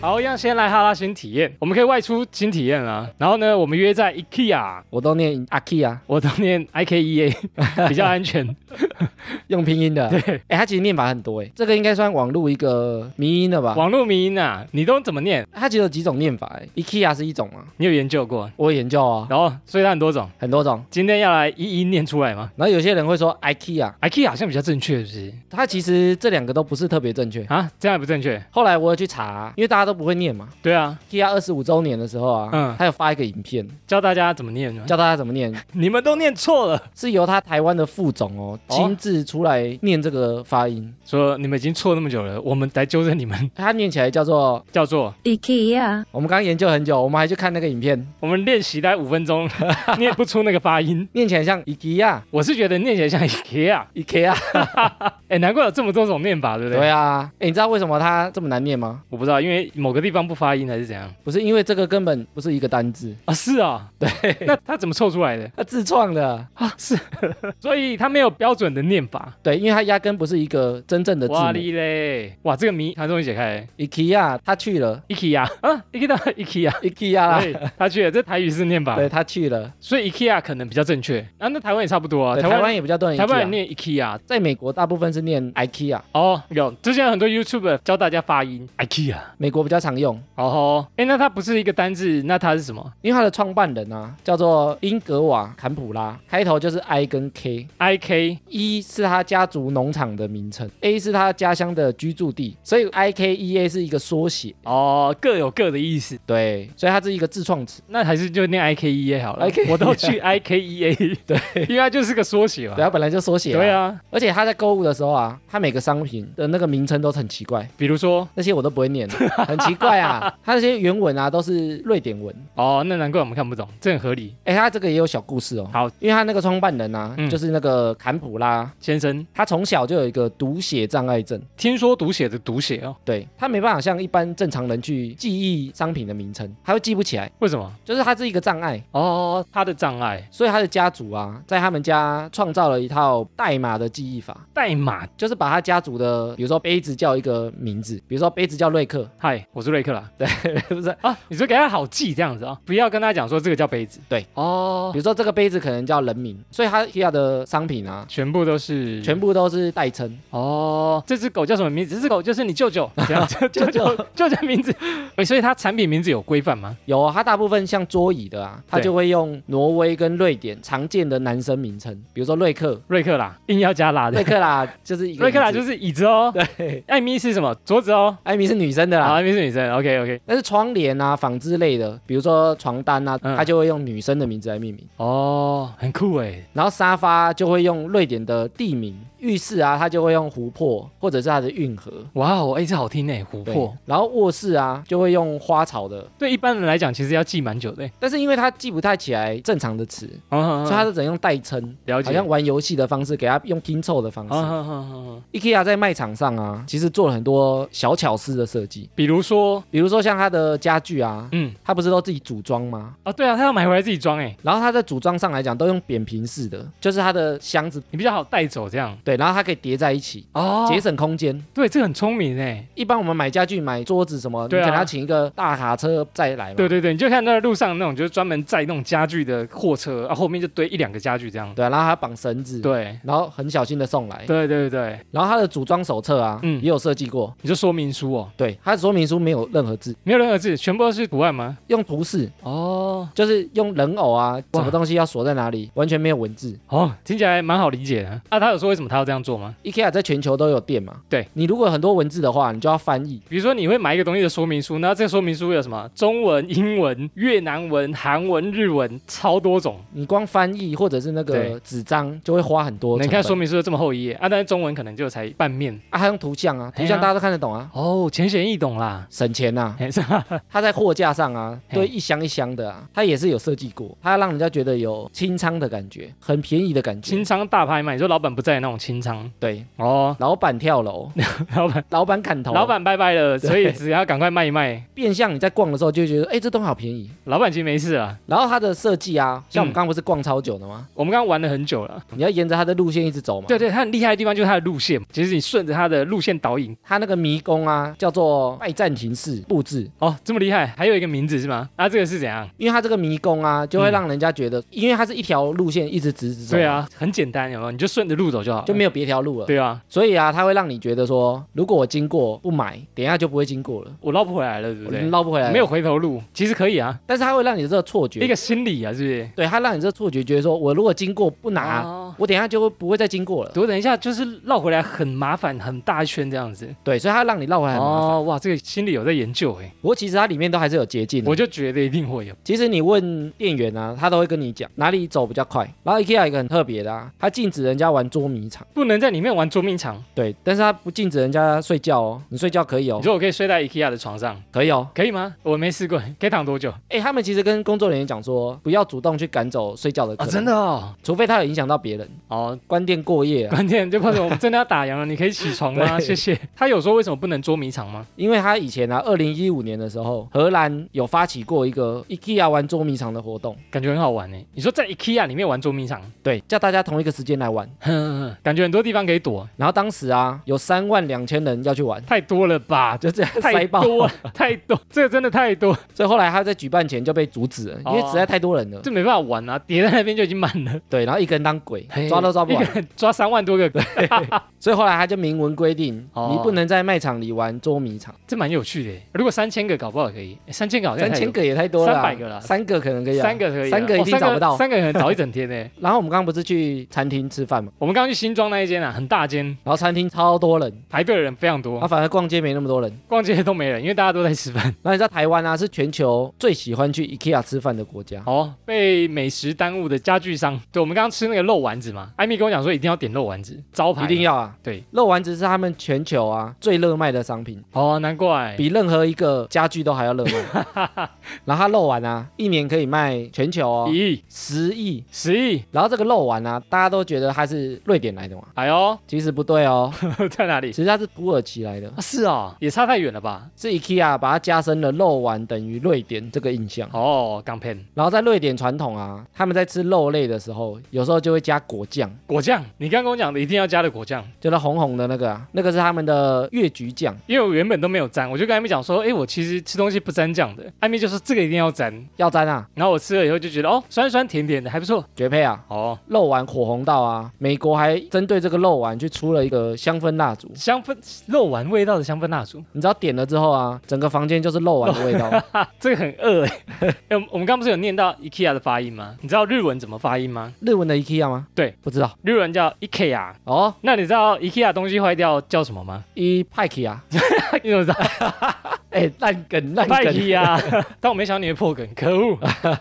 好，一样先来哈拉新体验，我们可以外出新体验啊。然后呢，我们约在 IKEA，我都念阿 k 啊，我当念 IKEA 比较安全。用拼音的。对，哎、它其实念法很多哎，这个应该算网络一个迷音了吧？网络迷音啊，你都怎么念？它其实有几种念法哎，IKEA 是一种啊，你有研究过？我有研究啊，然后，所以它很多种。很多种。今天要来一一念出来吗然后有些人会说 IKEA， ？IKEA 好像比较正确，是不是？它其实这两个都不是特别正确。啊，这样也不正确。后来我有去查，因为大家都不会念嘛。对啊， IKEA 二十五周年的时候啊，嗯他有发一个影片，教大家怎么念呢？教大家怎么念，你们都念错了，是由他台湾的副总哦哦亲自出来念这个发音，说你们已经错那么久了，我们来纠正你们，他念起来叫做。叫做 IKEA 我们刚刚研究很久，我们还去看那个影片，我们练习大概五分 钟，念不出那个发音。念起来像 IKEA。我是觉得念起来像 IKEA， IKEA，哎，难怪有这么多种念法，对不对？对啊，哎，你知道为什么它这么难念吗？我不知道，因为某个地方不发音还是怎样不是因为这个根本不是一个单字，啊？是啊，对， 那他怎么凑出来的它自创的，啊？是， 所以他没有标准的念法。对，因为它压根不是一个真正的字母。哇哩嘞，哇，这个谜他终于解开了。 IKEA，他去了 IKEA 啊，IKEA IKEA， ，IKEA 啦，对，啊他去了，这台语是念法，对他去了，所以 IKEA 可能比较正确。啊，那台湾也差不多啊，对台台湾湾也比较多人台湾 IKEA 人念 IKEA 在美国大部分是念 IKEA，哦，有之前有很多 YouTube 教大家发音 IKEA。美国比较常用，哦吼，哎，那它不是一个单字，那它是什么因为它的创办人啊叫做英格瓦坎普拉，开头就是 I 跟 K。 ？I K 一是他家族农场的名称，A 是他家乡的居住地，所以 I K E A 是一个缩写，哦，各有各的意思，对，所以它是一个自创词，那还是就念 I K E A 好了。 IKEA 我都去 I K E A，对， 因为它就是个缩写嘛对，。它本来就缩写、对，啊，而且他在购物的时候啊，他每个商品的那个名称都很奇怪，比如说，那些我都不 会念，很奇怪啊，他那些原文啊都是瑞典文，哦，那难怪我们看不懂，这很合理。哎，他这个也有小故事哦，好，因为他那个创办人啊，嗯就是那个坎普拉，先生，他从小就有一个读写障碍症，听说读写的读写哦，对他没办法像一般正常人去记忆商品的名称，他会记不起来，为什么？就是他是一个障碍。哦，他的障碍，所以他的家族啊，在他们家创造了一套代码的记忆法，代码。就是把他家族的，比如说杯子叫一个名字，比如说杯子叫瑞克，嗨，我是瑞克 啦。不是？啊，你说给他好记这样子啊，不要跟他讲说这个叫杯子。对，哦比，如说这个杯子可能叫人名，所以他 IKEA 的商品啊，全部都是全部都是代称。哦，这只狗叫什么名字？这只狗就是你舅 舅，这样舅舅舅舅的名字。哎，所以它产品名字有规范吗？有啊，他大部分像桌椅的啊，他对就会用挪威跟瑞典常见的男生名称，比如说瑞 克，瑞克啦，硬要加啦瑞的。克啦，就是一个瑞克啦就是是椅子哦，对，艾米是什么？桌子哦。艾米是女生的好，啦。艾米是女生。OK OK。但是窗帘啊、纺织类的，比如说床单啊，嗯他就会用女生的名字来命名。哦，很酷哎。然后沙发就会用瑞典的地名，浴室啊，它就会用湖泊或者是它的运河。哇哦，哎，这好听哎，琥对珀。，然后卧室啊就会用花草的，对一般人来讲，其实要记蛮久的。但是因为它记不太起来正常的词，哦，所以它是只能用代称，了好解。像玩游戏的方式给它用拼凑的方式。啊哈哈哈哈 IKEA 在卖场上啊，其实做了很多小巧思的设计，比如说，比如说像它的家具啊，嗯，它不是都自己组装吗？哦，对啊，他要买回来自己装哎，然后它在组装上来讲都用扁平式的，就是它的箱子，你比较好带走这样。对，然后它可以叠在一起，哦节省空间。对，这很聪明哎。一般我们买家具、买桌子什么，你对啊可能要请一个大卡车再来嘛。对对对，你就看那路上那种就是专门载那种家具的货车，啊，后面就堆一两个家具这样。对啊，然后还要绑绳子，，对然后很小心的送来。对对对，然后它的组装手册啊，嗯也有设计过。你就说明书哦，对，它的说明书没有任何字，没有任何字，全部都是图案吗？用图示，哦就是用人偶啊，什么东西要锁在哪里，完全没有文字。哦，听起来蛮好理解的。啊，他有说为什么他要这样做吗？ IKEA 在全球都有店嘛，对你如果有很多文字的话，你就要翻译。比如说你会买一个东西的说明书，那这个说明书有什么中文、英文、越南文、韩文、日文，超多种。你光翻译或者是那对个纸张就会花很多你成看本。说明书就这么厚一页啊，但是中文可能就才半面。啊，还用图像啊，哎图呀像大家都看得懂啊，哦，浅显易懂啦。 省钱呐、啊。哎是吧它在货架上啊，嘿对一箱一箱的啊，它也是有设计过，它让人家觉得有清仓的感觉，很便宜的感觉清。仓大拍卖，你说老板不在的那种清仓对， 哦，老板 跳楼，老板老板砍头，啊老板拜拜了，所以只要赶快卖一卖。变相你在逛的时候就会觉得，哎、这东西好便宜。老板其实没事啊，然后它的设计啊，像我嗯们刚刚不是逛超久的吗？我们刚刚玩了很久了。你要沿着它的路线一直走嘛。对，对，它很厉害的地方就是它的路线，其实你顺着它的路线导引，它那个迷宫啊，叫做拜占庭式布置，哦，这么厉害，还有一个名字是吗？啊，这个是怎样？因为它这个迷宫啊，就会让人家觉得，因为它是一条路线一直直直嗯走，对，啊，很简单，有没有？你就顺着路走就好了。就没有别条路了。对啊，所以啊，它会让你觉得说，如果我经过不买，等一下就不会经过了，我捞不回来了，对不我对？捞不回来。没有，回头路，其实可以啊，但是它会让你有这个错觉，一个心理啊，是不是？对，它让你这个错觉觉得说，我如果经过不拿，哦我等一下就会不会再经过了。我等一下就是绕回来很麻烦，很大一圈这样子。对，所以它让你绕回来很麻烦。哦，哇，这个心理有在研究哎，不过其实它里面都还是有捷径的。我就觉得一定会有。其实你问店员啊，他都会跟你讲哪里走比较快。然后 IKEA 有一个很特别的啊，它禁止人家玩捉迷藏，不能在里面玩捉迷藏。对，但是它不禁止人家睡觉哦。你睡觉可以哦你，说我可以睡在 IKEA 的床上，可以哦。可以吗？我没试过，可以躺多久？哎，他们其实跟工作人员讲说，不要主动去赶走睡觉 的客人，的哦。除非他有影响到别人，哦，关店过夜 啊，关键就或者我们真的要打烊了，你可以起床吗？ 对谢谢。他有说为什么不能捉迷藏吗？因为他以前啊，二零一五年的时候，荷兰有发起过一个 IKEA 玩捉迷藏的活动，感觉很好玩呢。欸你说在 IKEA 里面玩捉迷藏，对，叫大家同一个时间来玩。哼哼哼感觉很多地方可以躲，然后当时啊，有三万两千人要去玩，太多了吧？就这样太塞爆。多了，太多，这个真的太多，所以后来他在举办前就被阻止了，因为实在太多人了。这没办法玩啊，叠在那边就已经满了，对，然后一个人当鬼，抓都抓不一完。个人抓三万多个，所以后来他就明文规定，哦你不能在卖场里玩捉迷藏。这蛮有趣的耶。如果三千个搞不好可以，诶三千个好像三还千有。个也太多了啊， 300个啦三个可能可以啊，三个可以啊，三个一哦定找不到。三个人找一整天 呢。然后我们刚刚不是去餐厅吃饭嘛，我们刚刚去新庄那一间啊，很大间，然后餐厅超多人，排队的人非常多，然后反而逛街没那么多 人。逛街都没人，因为大家都在吃 饭。然后你知道台湾啊是全球最喜欢去 IKEA 吃饭的国家，哦，被美食耽误的家具商，对我们刚刚吃那个肉丸子嘛，艾米跟我讲说一定要点肉丸子，招牌一定要。要啊。对，肉丸子是他们全球啊最热卖的商品，哦，难怪。 比任何一个家具都还要热卖。然后它肉丸啊，一年可以卖全球哦一亿、十亿。十亿，然后这个肉丸啊，大家都觉得它是瑞典来的嘛，哎呦， 其实不对哦，在哪里其？实它是土耳其来的，啊，是啊，也差太远了吧？是 IKEA 把它加深了肉丸等于瑞典这个印象。哦，港片然后在瑞典传统啊，他们在吃肉类的时候，有时候就会加果酱，果酱，你刚刚跟我讲的一定要加的果酱，就是红红的那个啊，那个是他们的越橘酱。因为我原本都没有沾，我就跟艾米讲说，哎，我其实吃东西不沾酱的，艾米就说这个一定要沾，要沾啊，然后我吃了以后就觉得，哦，酸酸甜甜的，还不错。绝配啊！哦，肉丸火红到啊，美国还针对这个肉丸去出了一个香氛蜡烛，香氛肉丸味道的香氛蜡烛，你知道点了之后啊，整个房间就是肉丸的味 道。啊，这个很饿 哎、欸。我们我们刚不是有念到 IKEA 的发音吗？你知道日文怎么发音吗？日文的 IKEA 吗？对，不知道日文叫 IKEA。哦，那你知道 IKEA 东西坏掉叫什么吗？ 一派 k 啊， 你怎么知道？哎，烂梗烂派梗， k 啊！但我没想到你会破梗，可恶！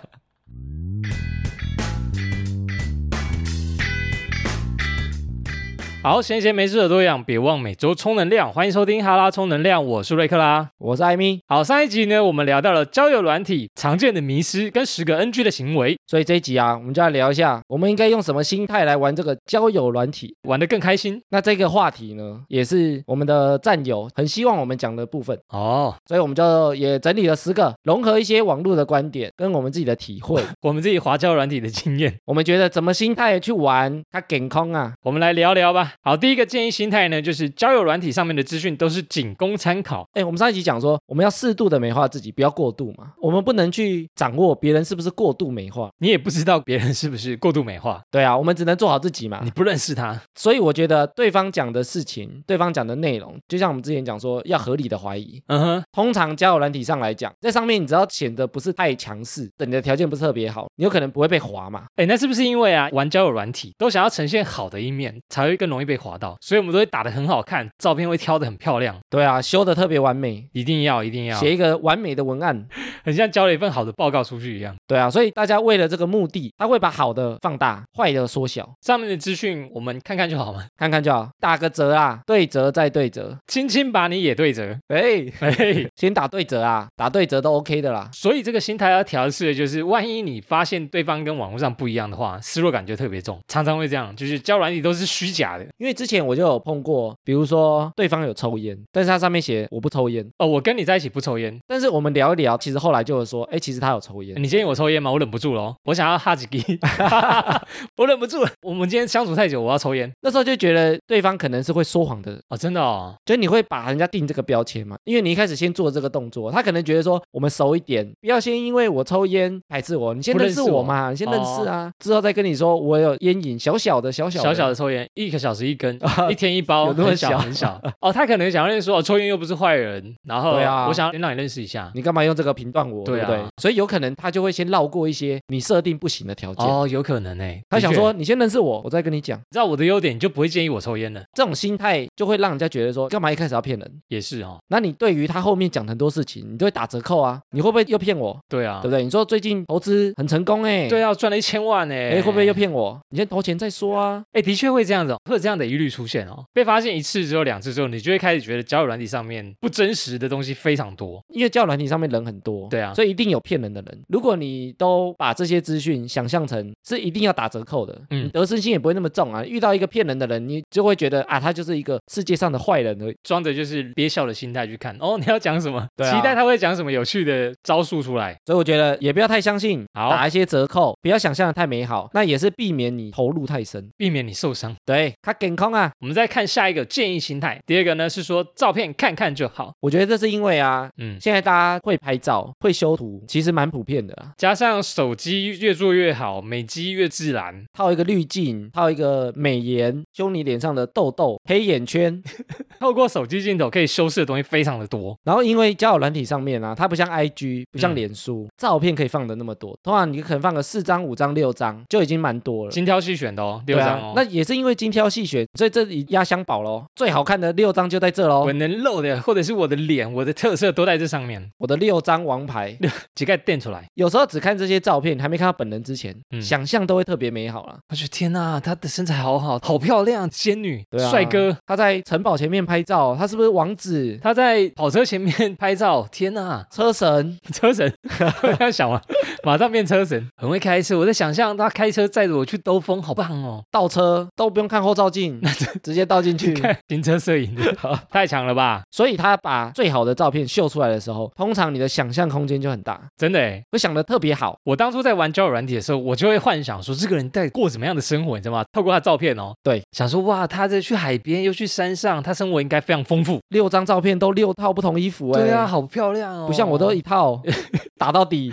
好，闲闲没事的多养，别忘每周充能量。欢迎收听哈拉充能量，我是瑞克啦。我是艾米，好，上一集呢，我们聊到了交友软体常见的迷失跟十个 NG 的行为。所以这一集啊，我们就来聊一下，我们应该用什么心态来玩这个交友软体。玩得更开心那这个话题呢，也是我们的战友很希望我们讲的部分，哦。所以我们就也整理了十个，融合一些网络的观点跟我们自己的体 会，我们自己滑交软体的经验，我们觉得怎么心态去玩，它健康啊，我们来聊聊吧。好，第一个建议心态呢，就是交友软体上面的资讯都是仅供参考。哎，我们上一集讲说，我们要适度的美化自己，不要过度嘛。我们不能去掌握别人是不是过度美化，你也不知道别人是不是过度美化，对啊，我们只能做好自己嘛你。不认识他，所以我觉得对方讲的事情，对方讲的内容，就像我们之前讲说，要合理的怀疑。嗯哼，通常交友软体上来讲，在上面你只要显得不是太强势，你的条件不是特别好，你有可能不会被划嘛。哎，那是不是因为啊，玩交友软体都想要呈现好的一面，才会更容易被滑到，所以我们都会打得很好看，照片会挑得很漂亮，对啊，修的特别完美，一定要一定要，写一个完美的文案。很像交了一份好的报告出去一样。对啊，所以大家为了这个目的，他会把好的放大，坏的缩小，上面的资讯我们看看就好嘛，看看就好，打个折啊，对折再对折。轻轻把你也对折， 哎，哎。 先打对折啊，打对折都 OK 的啦。所以这个心态要调试的就是，万一你发现对方跟网络上不一样的话，失落感就特别重，常常会这样，就是交友软体都是虚假的，因为之前我就有碰过，比如说对方有抽烟，但是他上面写我不抽烟，哦，我跟你在一起不抽烟，但是我们聊一聊，其实后来就有说，哎，其实他有抽烟。你建议我抽烟吗？我忍不住了哦，我想要哈 几滴， 我忍不住了。我们今天相处太久，我要抽烟那时候就觉得对方可能是会说谎的人，哦，真的哦，就是你会把人家定这个标签嘛？因为你一开始先做这个动作，他可能觉得说我们熟一点，不要先因为我抽烟排斥我，你先不认认识识我哦我嘛，你先认识啊，之后再跟你说我有烟瘾，小小的小小小小的。的抽烟，一个小时一 根，啊一天一包，有那么很小小很小。哦，他可能想要认识说，哦，抽烟又不是坏人，然后对啊我想要先让你认识一下。你干嘛用这个评断我，对对啊不对？所以有可能他就会先绕过一些你设定不行的条件，哦，有可能诶，他想的确说你先认识我，我再跟你讲。你知道我的优点，你就不会建议我抽烟了。这种心态就会让人家觉得说，干嘛一开始要骗人？也是哦，那你对于他后面讲很多事情，你就会打折扣啊，你会不会又骗我？对啊对不，对？你说最近投资很成功哎、对啊，赚了一千万诶，哎，会不会又骗我？你先投钱再说啊。哎，的确会这样子、哦，会有这样的疑虑出现哦。被发现一次之后、两次之后，你就会开始觉得交友软体上面不真实的东西非常多。因为交友软体上面人很多，对啊所以一定有骗人的人。如果你都把这些资讯想象成是一定要打折扣的，嗯你得失心也不会那么重啊。遇到一个骗人的人，你就会觉得啊，他就是一个世界上的坏人而已。装着就是憋笑的心态去看哦，你要讲什么？对啊期待他会讲什么有趣的招数出来。所以我觉得也不要太相信，好打一些折扣，不要想象的太美好，那也是避免你投入太深。避免你受伤。对，他健康啊，我们再看下一个建议心态，第二个呢是说照片看看就好，我觉得这是因为啊，嗯，现在大家会拍照、会修图，其实蛮普遍的啊。加上手机越做越好，美肌越自然，套一个滤镜，套一个美颜，修你脸上的痘痘、黑 眼圈，透过手机镜头可以修饰的东西非常的多，然后因为交友软体上面啊，它不像 IG，不嗯像脸书，照片可以放的那么多，通常你可能放个四张、五张、六张就已经蛮多了。精挑细选的哦，六对张啊哦，，那也是因为精挑细选，所以这里压箱宝喽，最好看的六张就在这喽我。能露的或者是我的脸，我的特色都在这上面，我的六张王牌，几盖垫出来。有时候只看这些照片，还没看到本人之前，嗯想象都会特别美好啦。我觉得天呐，她的身材好好，好漂亮，仙女，对啊帅哥。他在城堡前面拍照，他是不是王子、她在跑车前面 拍照，天呐，车神？ 车神，我这样想嘛，马上变车神，很会开车。我在想象她开车载着我去兜风，好棒哦。倒车都不用看后照镜，直接倒 进去。行车摄 影的太强了吧？所以他把最好的照片秀出来的时候，通常你的想象空间就很大，真的诶，会想的特别好。我当初在玩交友软体的时候，我就会幻想说这个人在过怎么样的生活，你知道吗？透过他的照片哦，对，想说哇，他在去海边又去山上，他生活应该非常丰富。六张照片都六套不同衣服、欸，对啊，，好漂亮哦，不像我都 一套打到底。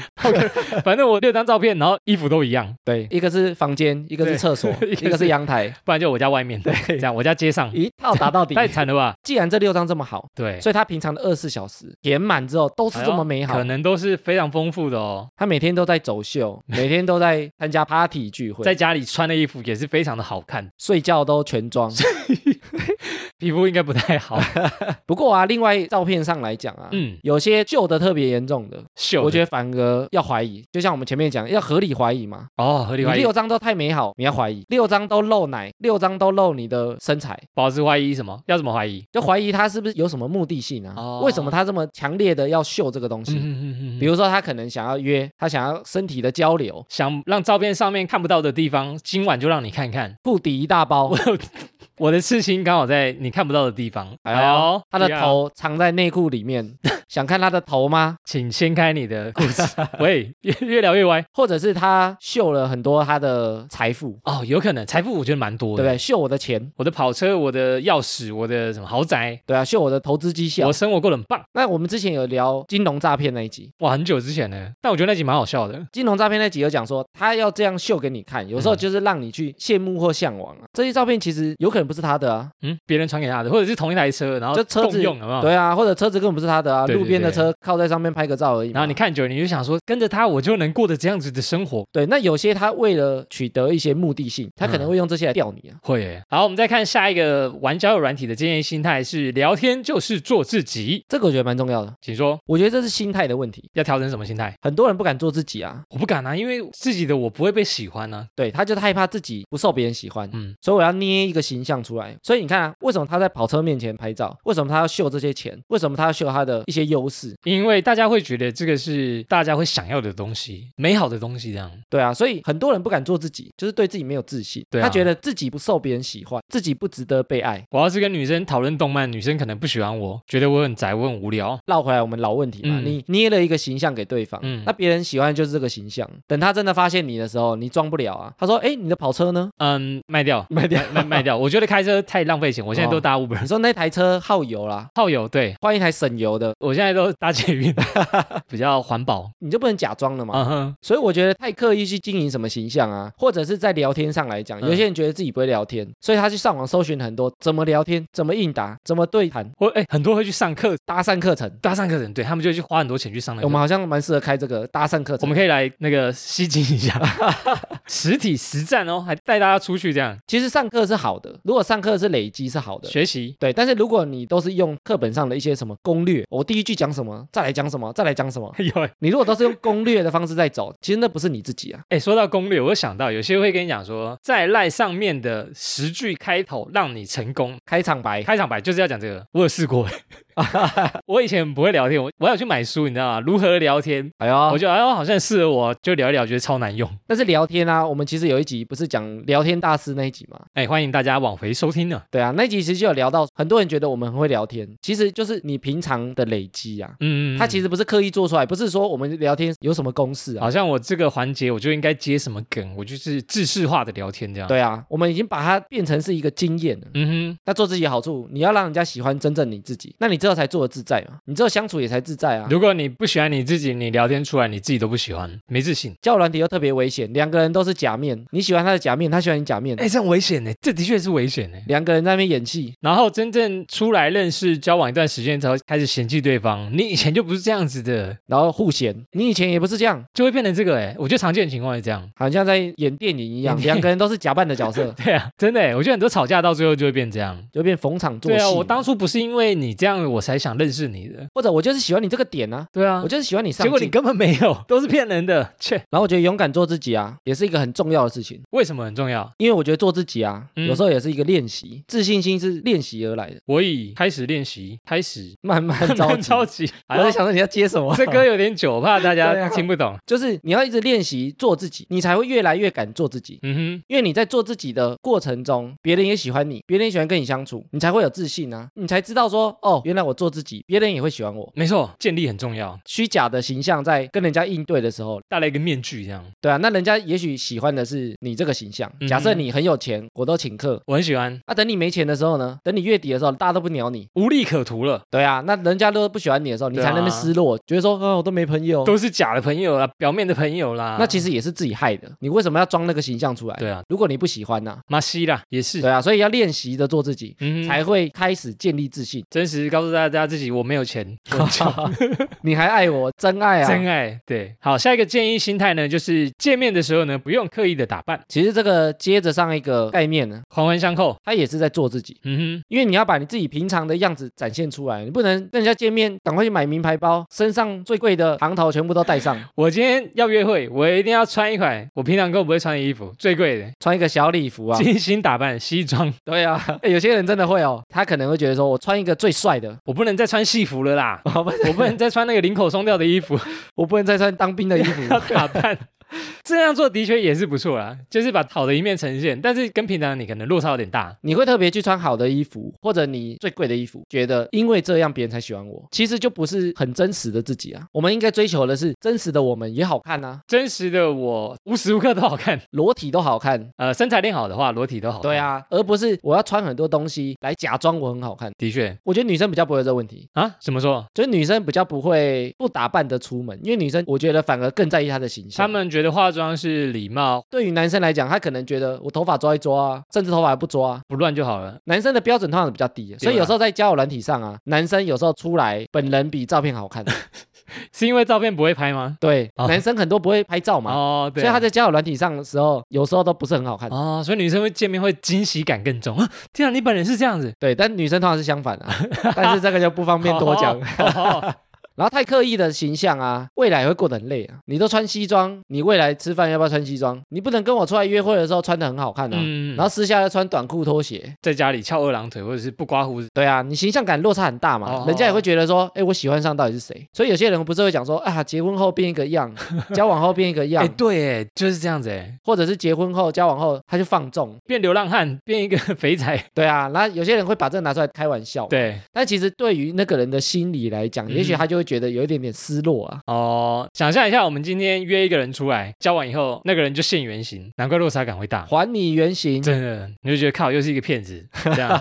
反正我六张照片，然后衣服都一样，对，一个是房间，一个对，是厕所 一一个是个是阳台，不然就我家外面， 对，这样我家街上，一套打到底。太惨了吧？既然这六张这么好，对，哎所以他平常的二十四小时填满之后都是这么美好可。能都是非常丰富的哦。他每天都在 走秀，每天都在参加 party 聚会，在家里穿的衣服也是非常的好看，睡觉都全装。皮肤应该不太好。不过啊，另外照片上来讲啊， 嗯，有些旧的特别严重的，秀的，我觉得反而要怀疑，就像我们前面讲，要合理怀疑嘛。哦，合理你怀疑六，张都太美好，你要怀疑；六张都露奶，六张都露你的身材，保持怀疑什么？要怎么怀疑？就怀疑他是不是有什么目的性啊？哦为什么他这么强烈的要秀这个东西？嗯嗯比如说，他可能想要约，他想要身体的交流，想让照片上面看不到的地方，今晚就让你看看。裤底一大包，我的刺青刚好在你看不到的地方。哎呦呦他的不要，头藏在内裤里面， 想看他的头吗？请掀开你的裤 子。喂，越越聊越歪或者是他秀了很多他的财富，哦，有可能财富我觉得蛮多对的，不对？秀我的钱，我的跑车，我的钥匙，我的什么豪宅，对啊，秀我的投资绩效我。生活过得很棒。那我们之前有聊金融诈骗那一集，哇，很久之前呢，但我觉得那集蛮好笑的。金融诈骗那集有讲说，他要这样秀给你看，有时嗯候就是让你去羡慕或向往啊。这些照片其实有可能不是他的啊，嗯，别人传给他的，或者是同一台车，然后就车共子用，有没有？。对啊，或者车子根本不是他的啊，对对路边的车靠在上面拍个照而已嘛。然后你看久了，你就想说，跟着他我就能过得这样子的生活，对，那有些他为了取得一些目的性，他嗯可能会用这些来钓你啊。会耶。好，我们再看下一个玩交友软体的建议心态是：聊天就是做自己。这个我觉得蛮重要的，请说，我觉得这是心态的问题，要调整什么心态？很多人不敢做自己啊，我不敢啊，因为自己的我不会被喜欢呢、对，他就害怕自己不受别人喜欢，嗯，所以我要捏一个形象出来。所以你看啊，为什么他在跑车面前拍照？为什么他要秀这些钱？为什么他要秀他的一些些优势。因为大家会觉得这个是大家会想要的东西，美好的东西这样。嗯对啊，所以很多人不敢做自己，就是对自己没有自信。对啊他觉得自己不受别人喜欢，自己不值得被爱。我要是跟女生讨论动漫，女生可能不喜欢我，觉得我很宅，我很无聊。绕回来我们老问题嘛，嗯你捏了一个形象给对方，嗯那别人喜欢的就是这个形象。等他真的发现你的时候，你装不了啊。他说：“哎，你的跑车呢？嗯，卖掉，卖掉。卖卖掉。我觉得开车太浪费钱，我现在都搭你 Uber 说那台车耗油啦，耗油，对换一台省油的，我现在都搭捷运，比较环保。你就不能假装了嘛。嗯哼，所以我觉得太刻意去经营什么形象啊，或者是在聊天上来讲，嗯有些人觉得自己不会聊天，所以他去上网搜寻很多怎么聊天、怎么应答、怎么对谈、我哎，很多会去上课，搭讪课程。搭讪课程，对他们就去花很多钱去上那我个们。好像蛮适合开这个搭讪课我程。们可以来那个吸睛一 下，实体实战哦，还带大家出去这样其实上课是好的，如果上课是累积是好的。学习。 对，但是如果你都是用课本上的一些什么攻略，我第一句讲什么，再来讲什么，再来讲什么，有哎、你如果都是用攻略的方式在走， 其实那不是你自己啊。诶说到攻略，我又想到有些会跟你讲说，在赖上面的十句开头让你成功，开场白，开场白就是要讲这个，我有试过。 我以前不会聊天，我我有去买书，你知道吗？如何聊天？哎呦我，就哎呦，好像适合我，就聊一聊，觉得超难用。但是聊天啊，我们其实有一集不是讲聊天大师那一集嘛？哎，欢迎大家往回收听呢。对啊，那一集其实就有聊到，很多人觉得我们很会聊天，其实就是你平常的累积啊。嗯，它其实实不是刻意做出来，不是说我们聊天有什么公式啊好。像我这个环节我就应该接什么梗，我就是制式化的聊天这样。，对啊，我们已经把它变成是一个经验了。嗯哼，那做自己的好处，你要让人家喜欢真正你自己，那你之后才做的自在嘛，你之后相处也才自在啊。如果你不喜欢你自己，你聊天出来你自己都不喜欢，没自信。交友软体又特别危险，两个人都是假面，你喜欢他的假面，他喜欢你假面，哎，这很危险呢，这的确是危险呢。两个人在那边演戏，然后真正出来认识、交往一段时间才会开始嫌弃对方，你以前就不是这样子的，然后互嫌。你以前也不是这样，就会变成这个哎。我觉得常见的情况是这样。，好像在演电影一样，两个人都是假扮的角色 对啊，真的耶，我觉得很多吵架到最后就会变这样。就变逢场作戏对嘛。啊，我当初不是因为你这样我才想认识你的。或者我就是喜欢你这个点啊，对啊我，就是喜欢你结上进。果你根本没有，都是骗人的。切，然后我觉得勇敢做自己啊，也是一个很重要的事情，为什么很重要？因为我觉得做自己啊，嗯有时候也是一个练习，自信心是练习而来的， 我以开始练习开始，慢慢着很急。着急。我在想说你要接什么？ 哎呦，这歌有点久，怕大对家啊听不懂。就是你要一直练习做自己，你才会越来越敢做自己。嗯因为你在做自己的过程中，别人也喜欢你，别人也喜欢跟你相处，你才会有自信啊，你才知道说，哦，原来我做自己，别人也会喜欢我。哼，没错，建立很重要，虚假的形象在跟人家应对的时候，戴了一个面具这样。对啊，那人家也许喜欢的是你这个形象。嗯假设你很有钱，我都请客。我很喜欢，那、啊等你没钱的时候呢？等你月底的时候，大家都不鸟你。无利可图了，对啊，那人家都不喜欢你的时候，你对啊才能被失落，觉得说，啊，我都没朋友。都是假的朋友啦，表面的朋友啦。那其实实也是自己害的。你为什么要装那个形象出来？对啊，如果你不喜欢呐、马西啦也是对，啊，所以要练习的做自己，嗯哼，才会开始建 立自信。真实告诉大家自己我没有 钱，我很穷你还爱我，真爱啊！真爱。对，好，下一个建议心态呢，就是见面的时候呢，不用刻意的打扮，其实这个接着上一个概念呢，环环相扣。它也是在做自己，嗯因为你要把你自己平常的样子展现出来，你不能跟人家见面赶快去买名牌包，身上最贵的行头全部都带上哼，，我今天要约会，我一定要穿一款我平常根本不会穿的衣服，最贵的，穿一个小礼服啊。精心打扮西装，对啊、欸有些人真的会哦，他可能会觉得说我穿一个最帅的，。我不能再穿戏服了啦我哦不我不能再穿那个领口松掉的衣服，我不能再穿当兵的衣服。要打扮。这样做的确也是不错啦，就是把好的一面呈现，但是跟平常你可能落差有点大。 你会特别去穿好的衣服，或者你最贵的衣服，觉得因为这样别人才喜欢我，其实就不是很真实的自己啊。我们应该追求的是真实的我们也好看啊，真实的我无时无刻都好看，裸体都好看，呃，身材练好的话，裸体都好看。对，啊，而不是我要穿很多东西来假装我很好看。的确我觉得女生比较不会有这个问题，啊，怎么说？就是女生比较不会不打扮的出门，因为女生我觉得反而更在意她的形象。他们觉得化妆是礼貌，对于男生来讲，他可能觉得我头发抓一抓啊，甚至头发还不抓啊。不乱就好了。男生的标准通常比较啊低，所以有时候在交友软体上啊，男生有时候出来本人比照片好 看。是因为照片不会拍吗？对，哦男生很多不会拍照嘛，哦，对所以啊，他在交友软体上的时候，有时候都不是很好看。哦，所以女生会见面会惊喜感更重啊！天啊，你本人是这样子， 哦对，但女生通常是相反啊，但是这个就不方便多讲。 好。好好然后太刻意的形象啊，未来也会过得很累啊。你都穿西装，你未来吃饭要不要穿西装？你不能跟我出来约会的时候穿的很好看啊，嗯，然然后后私下要穿短裤拖鞋。在家里翘二郎腿或者是不刮胡子，对啊，你形象感落差很大嘛，哦人家也会觉得说，哎，我喜欢上到底是谁？所以有些人不是会讲说啊，结婚后变一个 样，交往后变一个样哎，，对，哎，就是这样子，哎，或者是结婚后交往后他就放纵。变流浪汉，变一个 肥仔，对啊，那有些人会把这个拿出来开玩笑。对，但其实对于那个人的心理来讲，也许嗯他就会觉得有一点点失落啊。哦，想象一下，我们今天约一个人出来，交往以后，那个人就现原形，难怪落差感会 大，还你原形，真的，你就觉得靠，又是一个骗子，这 样，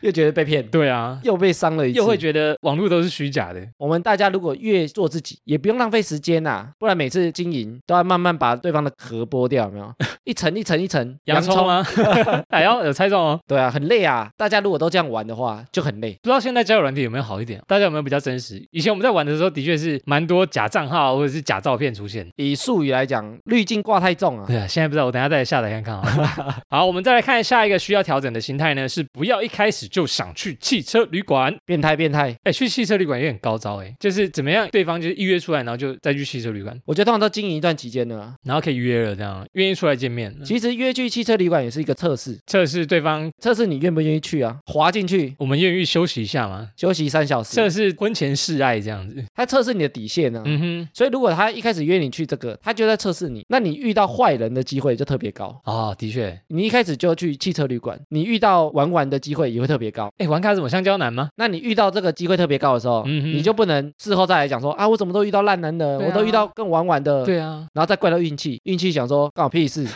又觉得被骗，对啊，又被伤了一次。又会觉得网络都是虚假的，我们大家如果越做自己，也不用浪费时间呐、不然每次经营都要慢慢把对方的壳剥掉，有 没有？一层一层一层，洋葱？啊吗？ 哎呦，有猜中哦。对啊，很累啊。大家如果都这样玩的话，就很累。不知道现在交友软体有没有好一点？大家有没有比较真实？以前我们在玩的时候，的确是蛮多假账号或者是假照片出现。以术语来讲，滤镜挂太重啊。 对啊，现在不知道，我等一下再下载看看啊。好，我们再来看下一个需要调整的心态呢，是不要一开始就想去汽车旅馆。变态变态。哎，去汽车旅馆有点高招哎，就是怎么样，对方就是预约出来，然后就再去汽车旅馆，我觉得通常都经营一段期间呢、啊，然后可以约了这样，愿意出来见面，其实约去汽车旅馆也是一个测试，测试对方测试你愿不愿意去啊。滑进去我们愿意休息一下吗？休息三小时测，试婚前示爱这样子。他测试你的底线呢、啊。嗯哼。所以，如果他一开始约你去这个，他就在测试你，那你遇到坏人的机会就特别高。哦，的确，你一开始就去汽车旅馆，你遇到玩玩的机会也会特别高。哎，玩卡怎么香蕉男吗？那你遇到这个机会特别高的时候，嗯哼你就不能事后再来讲说啊，我怎么都遇到烂男人，对啊我都遇到更玩玩的，对啊，然后再怪到运气，运气想说干我屁事，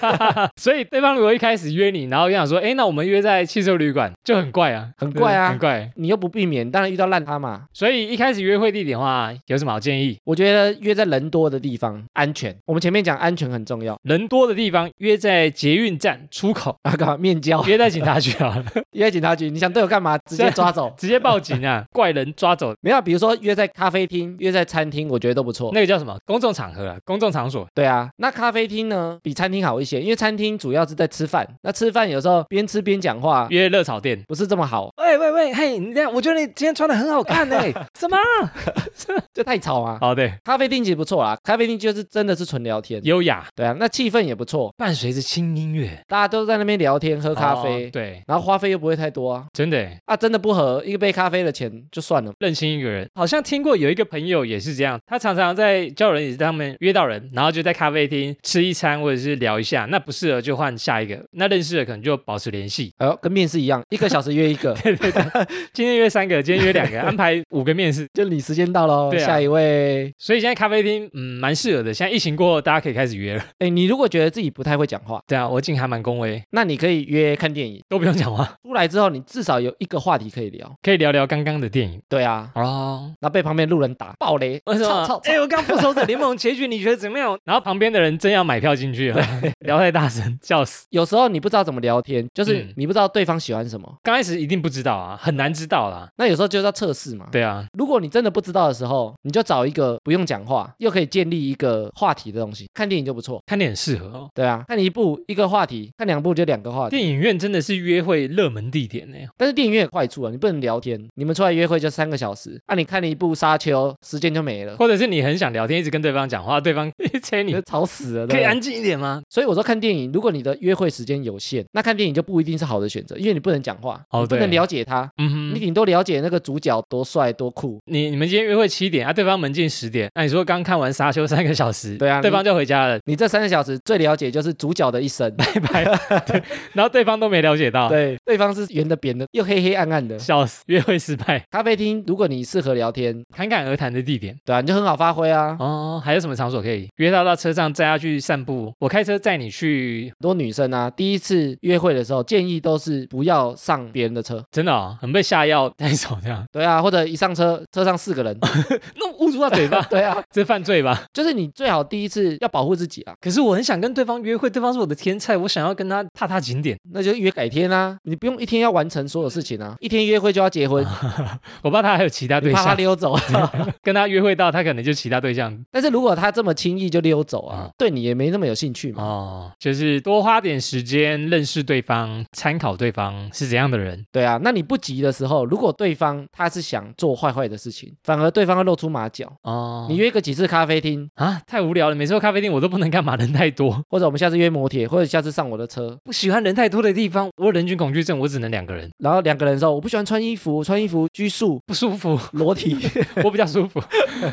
所以对方如果一开始约你，然后跟想说，哎，那我们约在汽车旅馆，就很怪啊，很怪啊很怪。你又不避免，当然遇到烂他嘛。所以一开始约会地点的话，有什么好建议？我觉得约在人多的地方安全，我们前面讲安全很重要，人多的地方约在捷运站出口，啊，干嘛面交约在警察局好了， 约警察局，你想对我干嘛？直接抓走。直接报警啊，怪人抓走。没有，比如说约在咖啡厅、约在餐厅，我觉得都不错。那个叫什么？公众场合啊，公众场所。对啊，那咖啡厅呢比餐厅好一些，因为餐厅主要是在吃饭，那吃饭有时候边吃边讲话约热炒店。不是这么好，啊喂喂喂，嘿，你这样，我觉得你今天穿的很好看 呢。什么？这太吵啊。哦，对，咖啡厅其实不错啦，咖啡厅就是真的是纯聊天，优雅，对啊，那气氛也不错，伴随着轻音乐，大家都在那边聊天喝咖啡，哦对，然后花费又不会太多啊。真的啊，真的不合一个杯咖啡的钱就算了，认清一个人。好像听过有一个朋友也是这样，他常常在叫人，也是他们约到人，然后就在咖啡厅吃一餐或者是聊一下，那不适合就换下一个，那认识的可能就保持联系。哎呦，跟面试一样，一个小时约一 个，今天约三个，今天约 两个，安排五个面试。就你时间到喽，对啊下一位。所以现在咖啡厅，嗯，蛮适合的。现在疫情过后，大家可以开始约了。 哎，你如果觉得自己不太会讲话，对啊，我进还蛮恭维，那你可以约看电影，都不用讲话， 出来之后你至少有一个话题可以聊。可以聊聊刚刚的电影对啊，哦。那被旁边路人打爆 雷，为什操么？操 哎、我刚复仇者联盟结局，你觉得怎么 样？然后旁边的人真要买票进去了， 聊太大声，笑死。有时候你不知道怎么聊天，就是嗯你不知道对方喜欢什么，刚开始一定不知道啊，很难知道啦。那有时候就是要测试嘛。对啊，如果你真的不知道的时候，你就找一个不用讲话又可以建立一个话题的东西，看电影就不错。看电影很适合哦。对啊，看一部一个话题，看两部就两个话题。电影院真的是约会热门地点呢。但是电影院有坏处啊，你不能聊天，你们出来约会就三个小时，啊，你看了一部《沙丘》，时间就没了，或者是你很想聊天，一直跟对方讲话，啊对方 一直催你你就，吵死了。可以对不对安静一点吗？所以我说看电影，如果你的约会时间有限，那看电影就不一定是好的选择，因为你不能讲话，哦你不对能了解他，嗯你哼，顶多了解那个主角多帅多酷，你你们今天约会七点啊，对方门禁十点，那、你说刚看完《沙丘》三个小时，对啊对你方就回家了，你这三个小时最了解就是主角的一 生，拜拜了，对然后对方都没了解到，对，对方是圆的、扁的，又黑黑暗 暗的。笑死，约会失败，咖啡厅，如果你适合聊天，侃侃而谈的地点对啊，你就很好发挥啊。哦，还有什么场所可以约到到车上载他去散步？我开车载你去，很多女生啊，第一次约会的时候，建议都是不要上别人的车，真的、哦、很被下药那种这样， 对啊，或者一上车，车上四个人，，那捂住他嘴巴 对啊，这犯罪吧？就是你最好第一次要保护自己啊，可是我很想跟对方约会，对方是我的天菜，我想要跟他踏踏景点，那就约改天啊，你不用用一天要完成所有事情啊，一天约会就要结婚，我不知道他还有其他对怕他象，溜走。跟他约会到他可能就其他对象 但是如果他这么轻易就溜走啊啊，对你也没那么有兴趣嘛。哦，就是多花点时间认识对方，参考对方是怎样的人。对啊，那你不急的时候，如果对方他是想做坏坏的事情，反而对方会露出马脚。哦，你约个几次咖啡厅，啊，太无聊了，每次到咖啡厅我都不能干嘛，人太多，或者我们下次约摩铁，或者下次上我的车，不喜欢人太多的地方，我有人群恐惧症，我只能两个人，然后两个人说我不喜欢穿衣服，穿衣服拘束不舒 服，裸体。我比较舒 服。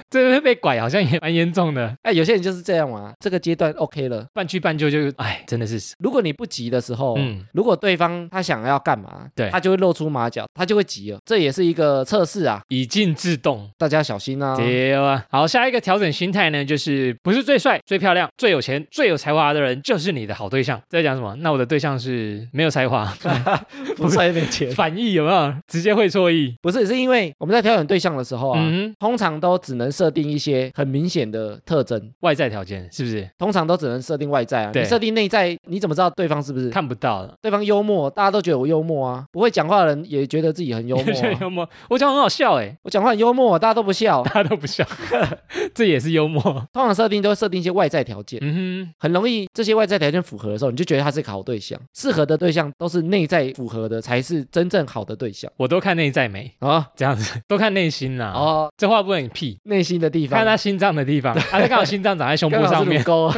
这会被拐好像也蛮严重的，哎，有些人就是这样嘛，这个阶段 OK 了。半去半就就，哎，真的是，如果你不急的时候，嗯如果对方他想要干嘛，对他就会露出马脚，他就会急了。这也是一个测试啊，以静制动。大家小心啊。对啊，好，下一个调整心态呢，就是不是最帅、最漂亮、最有钱、最有才华的人，就是你的好对象。在讲什么？那我的对象是没有才华， 不帅没钱，反义有没有？直接会错意。 不是，是因为我们在挑选对象的时候啊。嗯哼，通常都只能设定一些很明显的特征，外在条件是不是通常都只能设定外在啊。对你设定内在，你怎么知道对方是不是？看不到的？对方幽默，大家都觉得我幽默啊。不会讲话的人也觉得自己很幽默、有些人啊。 幽默，我讲得很好笑 哎，我讲话很幽默，大家都不笑。大家都不 笑，这也是幽默。通常设定都会设定一些外在条件，嗯哼，很容易这些外在条件符合的时候，你就觉得他是个好对象。适合的对象都是内在符合的，才是真正好的对象我都看内在美，啊。这样 子都看内心啦。哦，哦，这话不能屁，内心的地方，看他心脏的地 方，啊，他刚好心脏长在胸部刚好上是乳面，沟，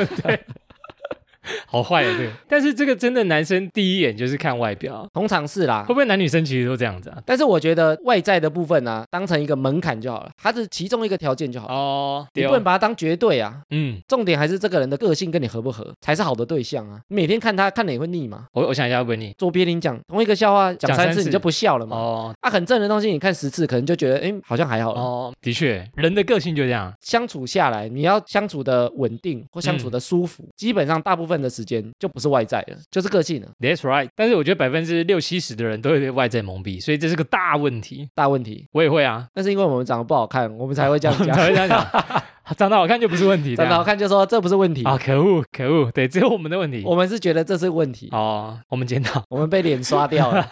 好坏啊这个。但是这个真的男生第一眼就是看外表， 通常是啦 会。不会男女生其实都这样子啊？但是我觉得外在的部分呢、当成一个门槛就好了，它是其中一个条件就好了。哦，你对不能把它当绝对啊，嗯，重点还是这个人的个性跟你合不合才是好的对象啊。你每天看他看了也会腻嘛，我我想一下，问你。做别人讲同一个笑话讲讲三三次次你就不笑了嘛。哦啊，很正的东西你看十次可能就觉得哎好像还好了。哦，的确，人的个性就这样。相处下来，你要相处的稳定或嗯相处的舒服，基本上大部分的时间就不是外在了，就是个性了， That's right，但是我觉得百分之六七十的人都会被外在蒙蔽，所以这是个大问题。大问题。我也会啊，那是因为我们长得不好看，我们才会 这样讲才。会这样讲， 长得好看就不是问题，长得好看看就说这不是问题，哦啊，可恶可恶，对，只有我们的问题。我们是觉得这是问题，哦，我们检讨。我们被脸刷 掉了。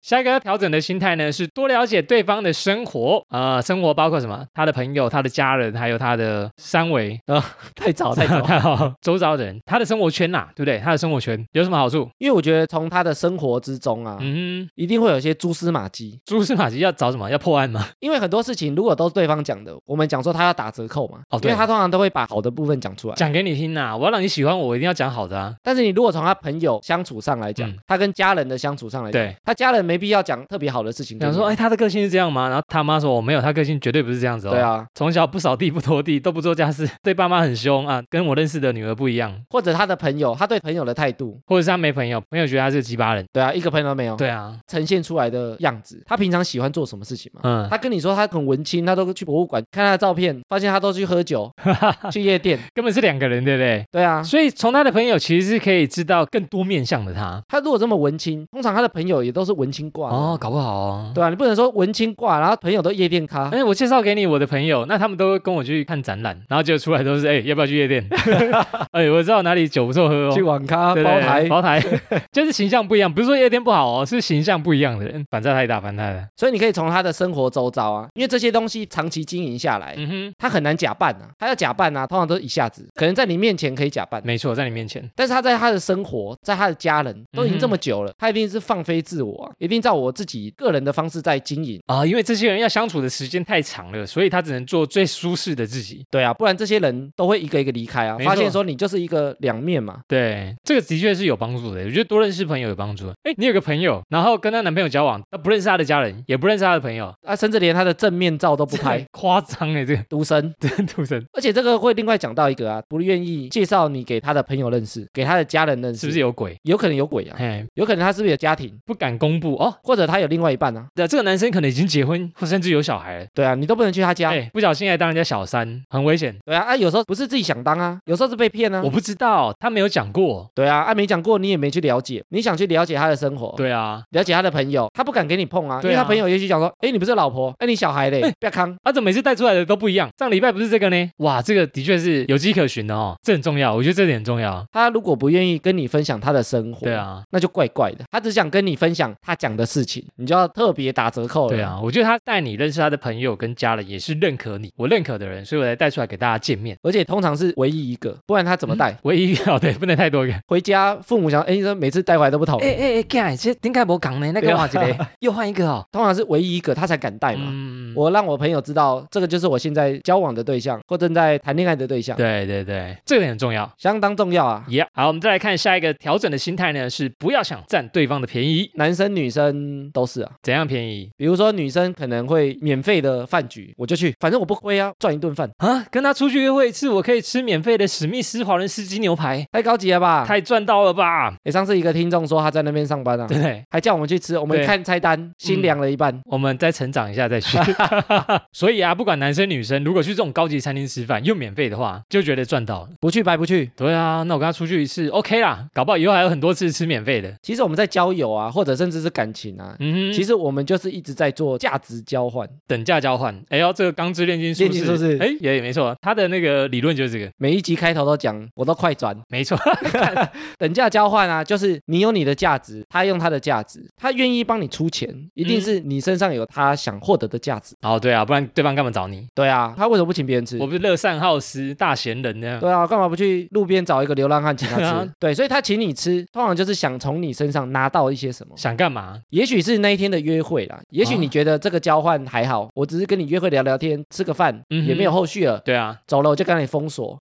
下一个要调整的心态呢，是多了解对方的生活，呃，生活包括什么？他的朋友、他的家人，还有他的三维，太早哦太早，好，周遭的人，他的生活圈啦、对不对？他的生活圈有什么好处？因为我觉得从他的生活之中啊，嗯，一定会有些蛛丝马迹。蛛丝马迹要找什么？要破案吗？因为很多事情如果都是对方讲的，我们讲说他要打折扣嘛，哦因对为他通常都会把好的部分讲出来。讲给你听呐、我要让你喜欢我，我一定要讲好的啊。但是你如果从他朋友相处上来讲，嗯他跟家人的相处上来讲，对，他家人没必要讲特别好的事情给你。想说，哎，他的个性是这样吗？然后他妈说，我、没有，他个性绝对不是这样子哦。对，啊，从小不扫地、不拖地、都不做家事， 对爸妈很凶啊，跟我认识的女儿不一样，或者他的朋友，他对朋友的态度，或者是他没朋友，朋友觉得他是个鸡巴人。对啊，一个朋友都没有，对啊，呈现出来的样子，他平常喜欢做什么事情嘛？嗯，他跟你说他很文青，他都去博物馆看他的照片，发现他都去喝 酒、去夜店。根本是两个人，对不对？对啊，所以从他的朋友其实是可以知道更多面向的他。他如果这么文青，通常他的朋友也都是文青挂的。哦，搞不好哦。对啊，你不能说文青挂，然后朋友都夜店咖，哎，我介绍给你我的朋友，那他们都跟我去看展览，然后结果出来都是哎，要不要去夜 店？哎，我知道哪里酒不错喝哦，去网咖对包不对台。包台， 就是形象不一样，不是说夜店不好哦，是形象不一样的嗯人，反差太大，反差太大。所以你可以从他的生活周遭啊，因为这些东西长期经营下来，嗯哼，他很难假扮啊，他要假扮啊，通常都是一下子，可能在你面前可以假扮，没错，在你面前，但是他在他的生活，在他的家人都已嗯经嗯哼这么久了，他一定是放飞自我、啊，一定照我自己个人的方式在经营。啊，因为这些人要相处的时间太长了，所以他只能做最舒适的自己。对啊，不然这些人都会一个一个离开啊，没错发现说你就是一个两面嘛。对，这个的确是有帮助的。我觉得多认识朋友有帮助。哎，你有个朋友，然后跟她男朋友交往，她呃不认识她的家人，也不认识她的朋友，，啊，甚至连他的正面照都不拍 夸张哎，这个独身。这个土生而且这个会另外讲到一个啊，不愿意介绍你给他的朋友认识，给他的家人认识，是不是有鬼？有可能有鬼啊？哎，有可能他是不是有家庭？不敢公布哦。或者他有另外一半啊，那这个男生可能已经结婚，或甚至有小孩了，对啊，你都不能去他家，哎，不小心还当人家小三，很危险。对啊，啊，有时候不是自己想当啊，有时候是被骗啊我。不知道，他没有讲过。对啊，啊没讲过，你也没去了解，你想去了解他的生活，对啊，了解他的朋友，他不敢给你碰啊，因对啊为他朋友也许讲说，哎，你不是有老婆，哎，你小孩嘞，不要康，啊，怎么每次带出来的都不一样？上礼拜不是这个呢？哇，这个的确是有迹可循的哦，这很重要，我觉得这点很重要。他如果不愿意跟你分享他的生活，对，啊，那就怪怪的。他只想跟你分享他讲的事情，你就要特别打折扣了。对啊，我觉得他带你认识他的朋友跟家人，也是认可你，我认可的人，所以我才带出来给大家见面。而且通常是唯一一个，不然他怎么带？唯一 哦，对，不能太多个。回家父母想，哎，你说每次带回来都不讨论，哎哎，干，这顶盖无讲呢，那个换一个， 又换一个哦。通常是唯一一个他才敢带嘛。嗯，我让我朋友知道，这个就是我现在交往的对象或正在谈恋爱的对象，对对对，这个点很重要。相当重要啊。 y 好，我们再来看下一个调整的心态呢，是不要想占对方的便宜，男生女生都是啊，怎样便宜比如说女生可能会免费的饭局，我就去，反正我不亏啊，赚一顿饭，啊？跟他出去约会一次，我可以吃免费的史密斯华人斯基牛排，啊太高级了吧？太赚到了吧？哎，上次一个听众说他在那边上班啊，对不对？还叫我们去吃，我们对嗯看菜单，心凉了一半。我们再成长一下再 去。所以啊，不管男生女生，如果去这种高级餐厅吃饭又免费的话，就觉得赚到了。不去白不去。对啊，那我跟他出去一次 OK 啦，搞不好以后还有很多次吃免费的。其实我们在交友啊，或者甚至是感情啊，嗯哼，其实我们就是一直在做价值交换。等价交换。哎呦，这个《钢之炼金术士炼》金术士哎，也没错，他的那个理论就是这个，每一集开头都讲，我都快转。没错。 等价交换啊，就是你有你的价值，他用他的价值，他愿意帮你出钱，一嗯定是你身上有他想获得的价值。哦，对啊，不然对方干嘛找你？对啊，他为什么不请别人吃我？不是乐善好施、大贤人呢？ 对啊，干嘛不去路边找一个流浪汉请他对吃啊？对，所以他请你吃，通常就是想从你身上拿到一些什么。想干嘛？也许是那一天的约会啦，也许啊你觉得这个交换还好，我只是跟你约会聊聊天，吃个饭，嗯哼也没有后续了，对啊，走了我就跟你 封锁。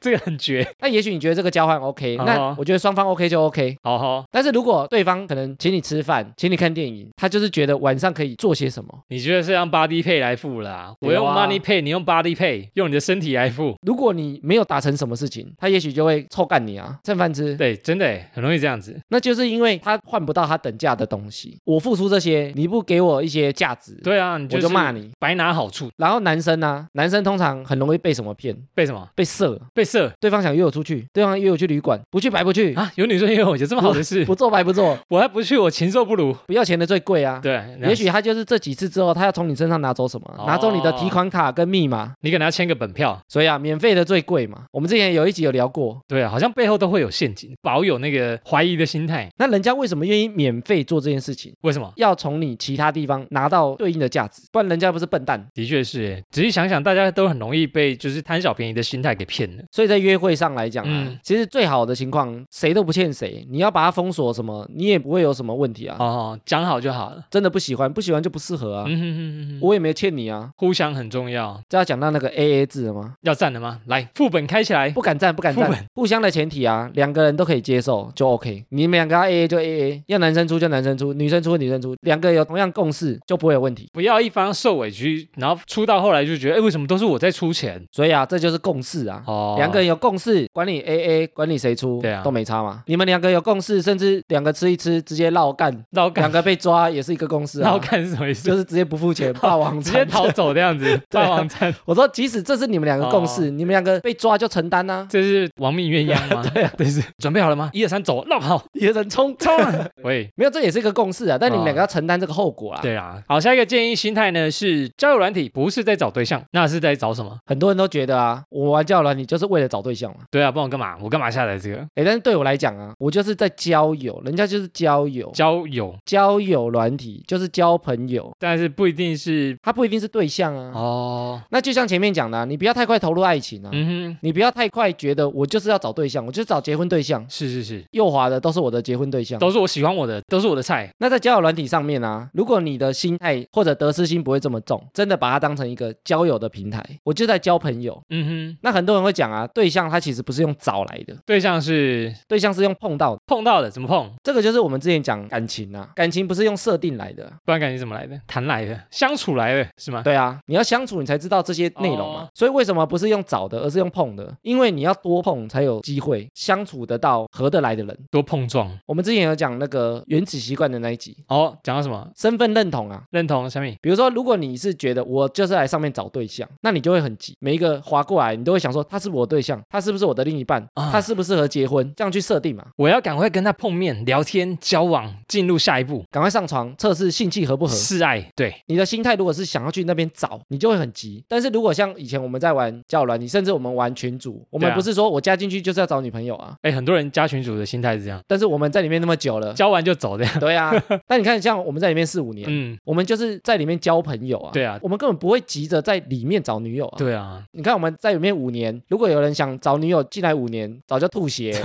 这个很绝。但也许你觉得这个交换 OK，哦那我觉得双方 OK 就 OK。好好，但是如果对方可能请你吃饭，请你看电影，他就是觉得晚上可以做些什么。你觉得是让 body pay 来付啦？我有用啊 money pay，你用 body pay，用你的身体来付。如果你没有达成什么事情，他也许就会臭干你啊，蹭饭吃。对，真的耶很容易这样子。那就是因为他换不到他等价的东西。我付出这些，你不给我一些价值，对啊，你我就就是骂你。白拿好处，然后男生呢、男生通常很容易被什么骗？被什么？被色。被射对方想约我出去，对方约我去旅馆，不去白不去，啊？有女生约我，有这么好的事？不做白 不做，我还不去，我禽兽不如。不要钱的最贵啊。对，也许他就是这几次之后，他要从你身上拿走什么？哦拿走你的提款卡跟密码。你可能要签个本票。所以啊，免费的最贵嘛。我们之前有一集有聊过，对啊，好像背后都会有陷阱，保有那个怀疑的心态。那人家为什么愿意免费做这件事情？为什么？要从你其他地方拿到对应的价值，不然人家不是笨蛋。的确是耶，仔细想想，大家都很容易被就是贪小便宜的心态给骗了。所以在约会上来讲啊，嗯其实最好的情况，谁都不欠谁，你要把他封锁什么，你也不会有什么问题啊。哦，讲好就好了。真的不喜欢，不喜欢就不适合啊。嗯哼哼哼哼，我也没欠你啊，互相很重要，这要讲到那个 A A 制了吗？要站了吗？来，副本开起来。不敢站，不敢 副站本，互相的前提啊，两个人都可以接受就 OK。你们两个要 A A 就 A A，要男生出就男生出，女生出女生出，两个有同样共识就不会有问题。不要一方受委屈，然后出到后来就觉得，哎，为什么都是我在出钱？所以啊，这就是共识啊。哦，两个人有共识，管你 A A，管你谁出，对啊都没差嘛。你们两个有共识，甚至两个吃一吃，直接绕干，老两干个被抓也是一个共识啊。老干是什么意 思？就是直接不付钱，霸王直接餐。逃走的样 子，对啊霸王餐， 我说，即使这是你们两个共哦识，你们两个被抓就承担 呐、啊。这是亡命鸳鸯吗？ 对啊，这是准备好了吗？一二三，走，绕跑，有人冲 冲啊！喂，没有，这也是一个共识啊，但你们哦两个要承担这个后果啊。对啊，好，下一个建议心态呢是交友软体不是在找对象，那是在找什么？很多人都觉得啊，我玩交友软体就是为了找对象嘛。对啊，不然我干嘛？我干嘛下载这个哎，但是对我来讲啊，我就是在交友，人家就是交友，交友？交友软体就是交朋友，但是不一定是他不一定是对象啊。哦，那就像前面讲的、啊，你不要太快投入爱情啊。嗯哼，你不要太快觉得我就是要找对象，我就是找结婚对象。是是是，右滑的都是我的结婚对象。都是我喜欢我的，都是我的菜。那在交友软体上面啊，如果你的心态或者得失心不会这么重，真的把它当成一个交友的平台，我就在交朋友。嗯哼，那很多人会讲啊，对象他其实不是用找来的，对象是对象是用碰到的。碰到的，怎么碰？这个就是我们之前讲感情啊，感情不是用设定来的，不然感情怎么来的？谈来的。相处来的是吗？对啊，你要相处，你才知道这些内容嘛。哦所以为什么不是用找的，而是用碰的？因为你要多碰才有机会相处得到合得来的人。多碰撞。我们之前有讲那个原子习惯的那一集，哦，讲到什么身份认同啊。认同小米？比如说，如果你是觉得我就是来上面找对象，那你就会很急，每一个划过来，你都会想说他是不是我对象，他是不是我的另一半，啊他适不适合结婚，这样去设定嘛。我要赶快跟他碰面、聊天、交往，进入下一步赶快上床测试性气合不合。示爱。对，你的心态如果是想要去那边找，你就会很急。但是如果像以前我们在玩交友软你甚至我们玩群组，我对们啊不是说我加进去就是要找女朋友啊，哎，很多人加群主的心态是这样，但是我们在里面那么久了，交完就走这样。对啊。但你看，像我们在里面四五年。嗯，我们就是在里面交朋友啊，对啊我们根本不会急着在里面找女友啊。对啊，你看我们在里面五年，如果有人想找女友进来五年，早就吐血，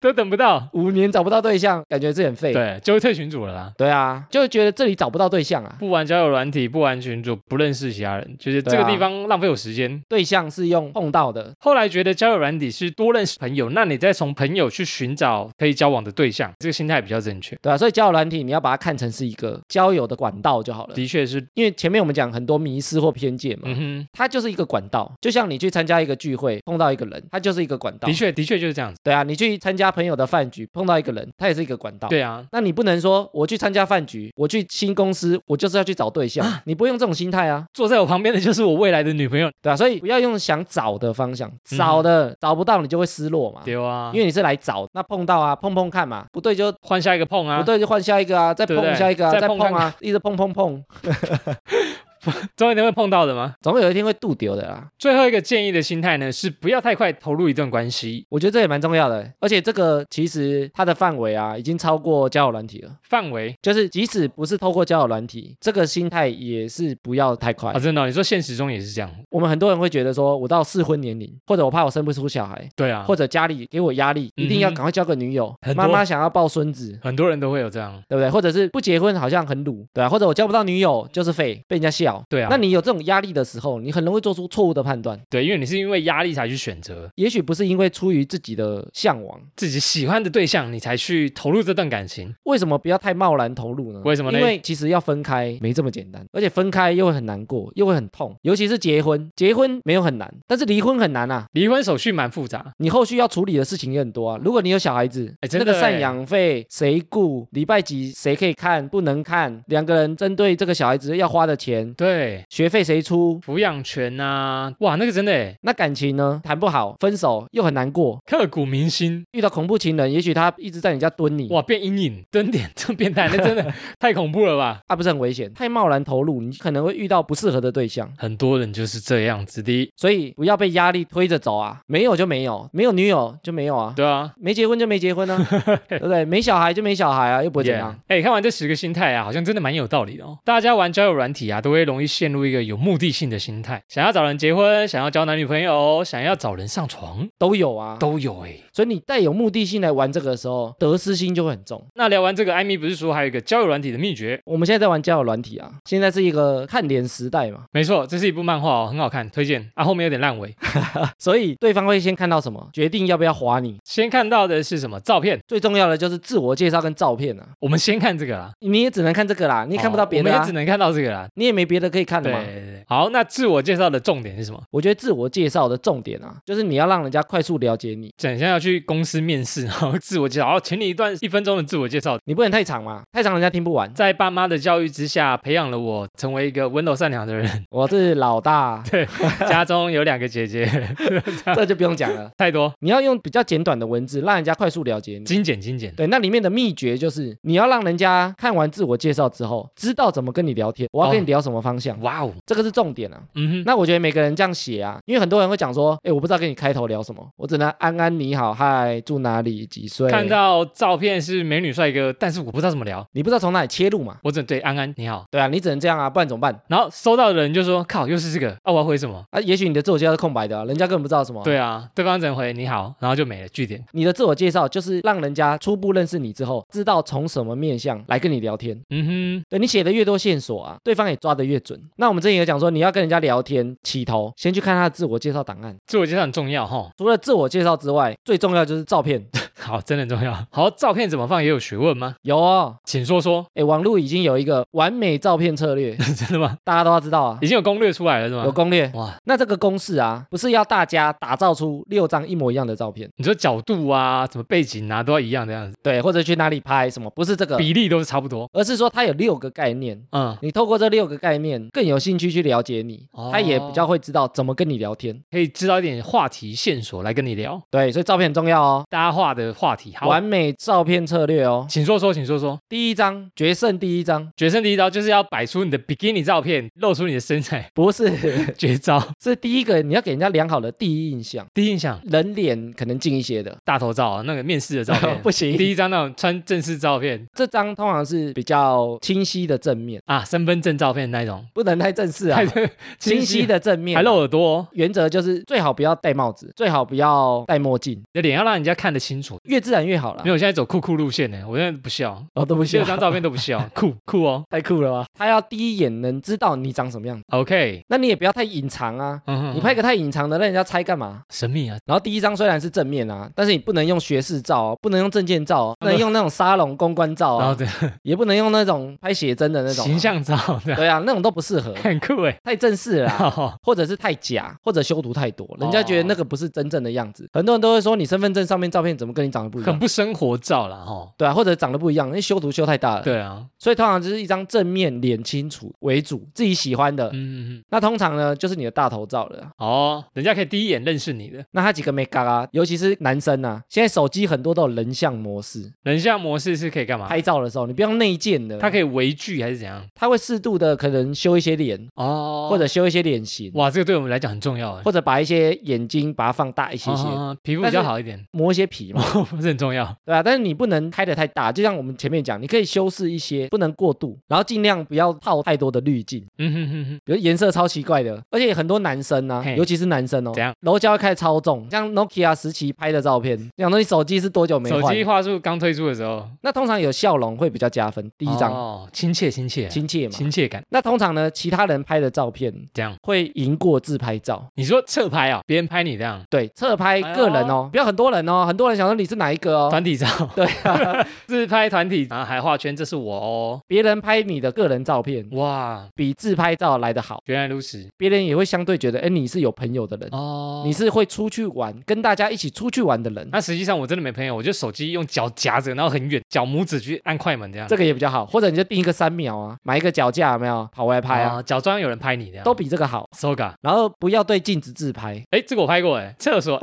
都等不到，五年找不到对象，感觉自己很废。对，就会退群主了啦。对啊，就觉得这里找不到对象啊。不玩交友软体，不玩群主，不认识其他人，就是这对个啊地方浪费我时间。对象是用碰到的，后来觉得交友软体是多认识朋友，那你再从朋友去寻找可以交往的对象，这个心态比较正确。对啊，所以交友软体你要把它看成是一个交友的管道就好了。的确是，因为前面我们讲很多迷失或偏见嘛，嗯它就是一个管道，就像你去参加一个聚会碰到一个人，它就是一个管道哼，的。确，的确就是这样子。对啊，你去参加朋友的饭局碰到一个人，它也是一个管道。对啊，那你不能说我去参加饭局，我去新公司，我就是要去找对啊象，你不用这种心态啊，坐在我旁边的就是我未来的女朋友。对啊，所以不要用想找的方向，找的、找不到你就会失落嘛，嗯对啊，因为你是来找，那碰到啊碰碰看嘛，不对就换下一个碰啊，不对就换下一个啊，再对不对碰下一个啊，再再碰碰看啊，一直碰碰碰，总有一天会碰到的吗？总有一天会渡丢的啦。最后一个建议的心态呢，是不要太快投入一段关系，我觉得这也蛮重要的，而且这个其实它的范围啊，已经超过交友软体了。范围就是即使不是透过交友软体，这个心态也是不要太快。啊，真的哦、你说现实中也是这样，我们很多人会觉得说，我到适婚年龄，或者我怕我生不出小孩，对啊，或者家里给我压力，一定要嗯哼赶快交个女友，很多妈妈想要抱孙子。很多人都会有这样，对不对？或者是不结婚好像很鲁，对啊，或者我交不到女友就是废，被人家笑。对啊，那你有这种压力的时候，你很容易做出错误的判断，对，因为你是因为压力才去选择也许不是因为出于自己的向往，自己喜欢的对象，你才去投入这段感情，为什么不要太贸然投入呢？为什么呢因为其实要分开没这么简单，而且分开又会很难过，又会很痛，尤其是结婚，结婚没有很难，但是离婚很难啊。离婚手续蛮复杂，你后续要处理的事情也很多啊。如果你有小孩子，哎真那的个哎赡养费谁顾？礼拜几谁可以看？不能看？两个人针对这个小孩子要花的钱，对，学费谁出？抚养权啊，哇，那个真的耶那感情呢？谈不好，分手又很难过。刻骨铭心，遇到恐怖情人，也许他一直在你家蹲你，哇，变阴影，蹲点，这变态，那真的 太恐怖了吧？啊，不是很危险？太贸然投入，你可能会遇到不适合的对象。很多人就是这样子的，所以不要被压力推着走啊，没有就没有，没有女友就没有啊，对啊，没结婚就没结婚 啊，对不对？没小孩就没小孩啊，又不会怎 Yeah 样。哎、看完这十个心态啊，好像真的蛮有道理的哦。大家玩交友软体啊，都会容易陷入一个有目的性的心态，想要找人结婚，想要交男女朋友，想要找人上床，都有啊，都有哎、所以你带有目的性来玩这个的时候，得失心就会很重。那聊完这个，艾米不是说还有一个交友软体的秘诀？我们现在在玩交友软体啊，现在是一个看脸时代嘛，没错，这是一部漫画哦，很好看，推荐啊。后面有点烂尾，所以对方会先看到什么，决定要不要划你。先看到的是什么照片？最重要的就是自我介绍跟照片啊，我们先看这个啦，你也只能看这个啦，你也看不到别的、哦我啊们也只能看到这个啦。你也没别的可以看对的嘛。对对，好，那自我介绍的重点是什么？我觉得自我介绍的重点啊，就是你要让人家快速了解你，等一下要去公司面试，然后自我介绍，然后哦请你一段一分钟的自我介绍，你不能太长嘛，太长人家听不完。在爸妈的教育之下，培养了我成为一个温柔善良的 人。我是 老大，家中有两个姐 姐，啊这就不用讲了。太多，你要用比较简短的文字，让人家快速 了解你。精简精简。对，那里面的秘诀就是你要让人家看完自我介绍之后，知道怎么跟你聊天，我要跟你聊什么方向，哇哦，这个是重点啊。嗯哼，那我觉得每个人这样写啊，因为很多人会讲说，哎，我不知道跟你开头聊什么，我只能安安你好，嗨，住哪里，几岁，看到照片是美女帅哥，但是我不知道怎么聊，你不知道从哪里切入嘛。我只能对安安你好，对啊，你只能这样啊，不然怎么办？然后收到的人就说靠，又是这个啊，我要回什么？啊，也许你的自我介绍是空白的啊、人家根本不知道什么。，对啊，对方只能回你好，然后就没了，据点。你的自我介绍就是让人家初步认识你之后，知道从什么面向来跟你聊天。嗯对你写的越多线索啊，对方也抓得越准。那我们之前有讲说，你要跟人家聊天，起头先去看他的自我介绍档案哼，。自我介绍很重要哈，除了自我介绍之外，最重要就是照片。 好，真的很重要。好，照片怎么放也有学问吗？有哦，请说说，，哎，网络已经有一个完美照片策略 真的吗？大家都要知道啊已，经有攻略出来了是吗？有攻略。哇，那这个公式啊，不是要大家打造出六张一模一样的照片，你说角度啊，什么背景啊，都要一样的样子，对，或者去哪里拍什么，不是这个，比例都是差不多。而是说它有六个概念。嗯，你透过这六个概念，更有兴趣去了解你，哦他也比较会知道怎么跟你聊天。可以知道一点话题线索来跟你聊，对，所以照片很重要哦，大家画的话题。好，完美照片策略哦。请说说，请说说。第一张决胜，第一张决胜第一招就是要摆出你的 bikini 照片，露出你的身材 不是 绝招。是第一个，你要给人家良好的第一印象，第一印象，人脸可能近一些的，大头照啊，那个面试的照片。 不行。第一张那种穿正式照片这张通常是比较清晰的正面，啊，身份证照片那一种，不能太正式啊 太，清晰，的正面、啊还露耳朵、哦，原则就是最好不要戴帽子，最好不要戴墨镜，你的脸要让人家看得清楚。越自然越好啦没。有，我现在走酷酷路线呢，我现在不笑，哦，都不这张照片都不 笑，酷酷哦。太酷了吧？他要第一眼能知道你长什么样子， OK，那你也不要太隐藏啊。嗯哼，你拍个太隐藏的，让人家猜干嘛？神秘啊，然后第一张虽然是正面啊，但是你不能用学士照、哦，不能用证件照、哦，不能用那种沙龙公关照嗯然后啊，这也不能用那种拍写真的那种、啊形。象照这样 对啊，那种都不适合，很酷哦哎。太正式了啊、好，或者是太假，或者修图太哦多，人家觉得那个不是真正的样子。很多人都会说你身份证上面照片怎么跟你长得不一很样？不生活照啦哦哈。对啊，或者长得不一样，因为修图修太大了。对啊，所以通常就是一张正面脸清楚为主，自己喜欢的。嗯嗯嗯，那通常呢，就是你的大头照了啊。哦，人家可以第一眼认识你的那它几个 make up 啊，尤其是男生啊，现在手机很多都有人像模式，人像模式是可以干嘛？拍照的时候你不用内建的，它它啊可以微距还是怎样？它会适度的可能修一些脸，哦，或者修一些脸型，哇，这个对我们来讲很重要哎。或者把一些眼睛把它放大一些些，啊皮肤比较好一 点，磨一些皮嘛，不是很重要。对啊。但是你不能开的太大，就像我们前面讲，你可以修饰一些，不能过度，然后尽量不要套太多的滤镜。 嗯哼哼哼，比如颜色超奇怪的，而且很多男生啊嘿，尤其是男生哦，怎样柔焦会开始超重，像 Nokia 时期拍的照片，想说你手机是多久没手换机？话术刚推出的时候，那通常有笑容会比较加分，第一张、哦，亲切亲切亲切嘛。亲切感，那通常呢，其他人拍的照片这样。会赢过自拍照。你说侧拍啊，别人拍你这样，对，侧拍哎呦个人哦，不要很多人哦，很多人想说你是哪一个哦。团体照， 对啊，自拍团体，然后还画圈，这是我哦。别人拍你的个人照嗯片哇，比自拍照来得好，原来如此别人也会相对觉得，哎，你是有朋友的人，哦。你是会出去玩，跟大家一起出去玩的人。那实际上我真的没朋友，我就手机用脚夹着，然后很远，脚拇指去按快门这样。这个也比较好，或者你就定一个三秒啊，买一个脚架有没有，跑回来拍啊，哦，假装有人拍你这样。都比这个好。 Soga，然后不要对镜子自拍，哎，这个我拍过哎，厕 所。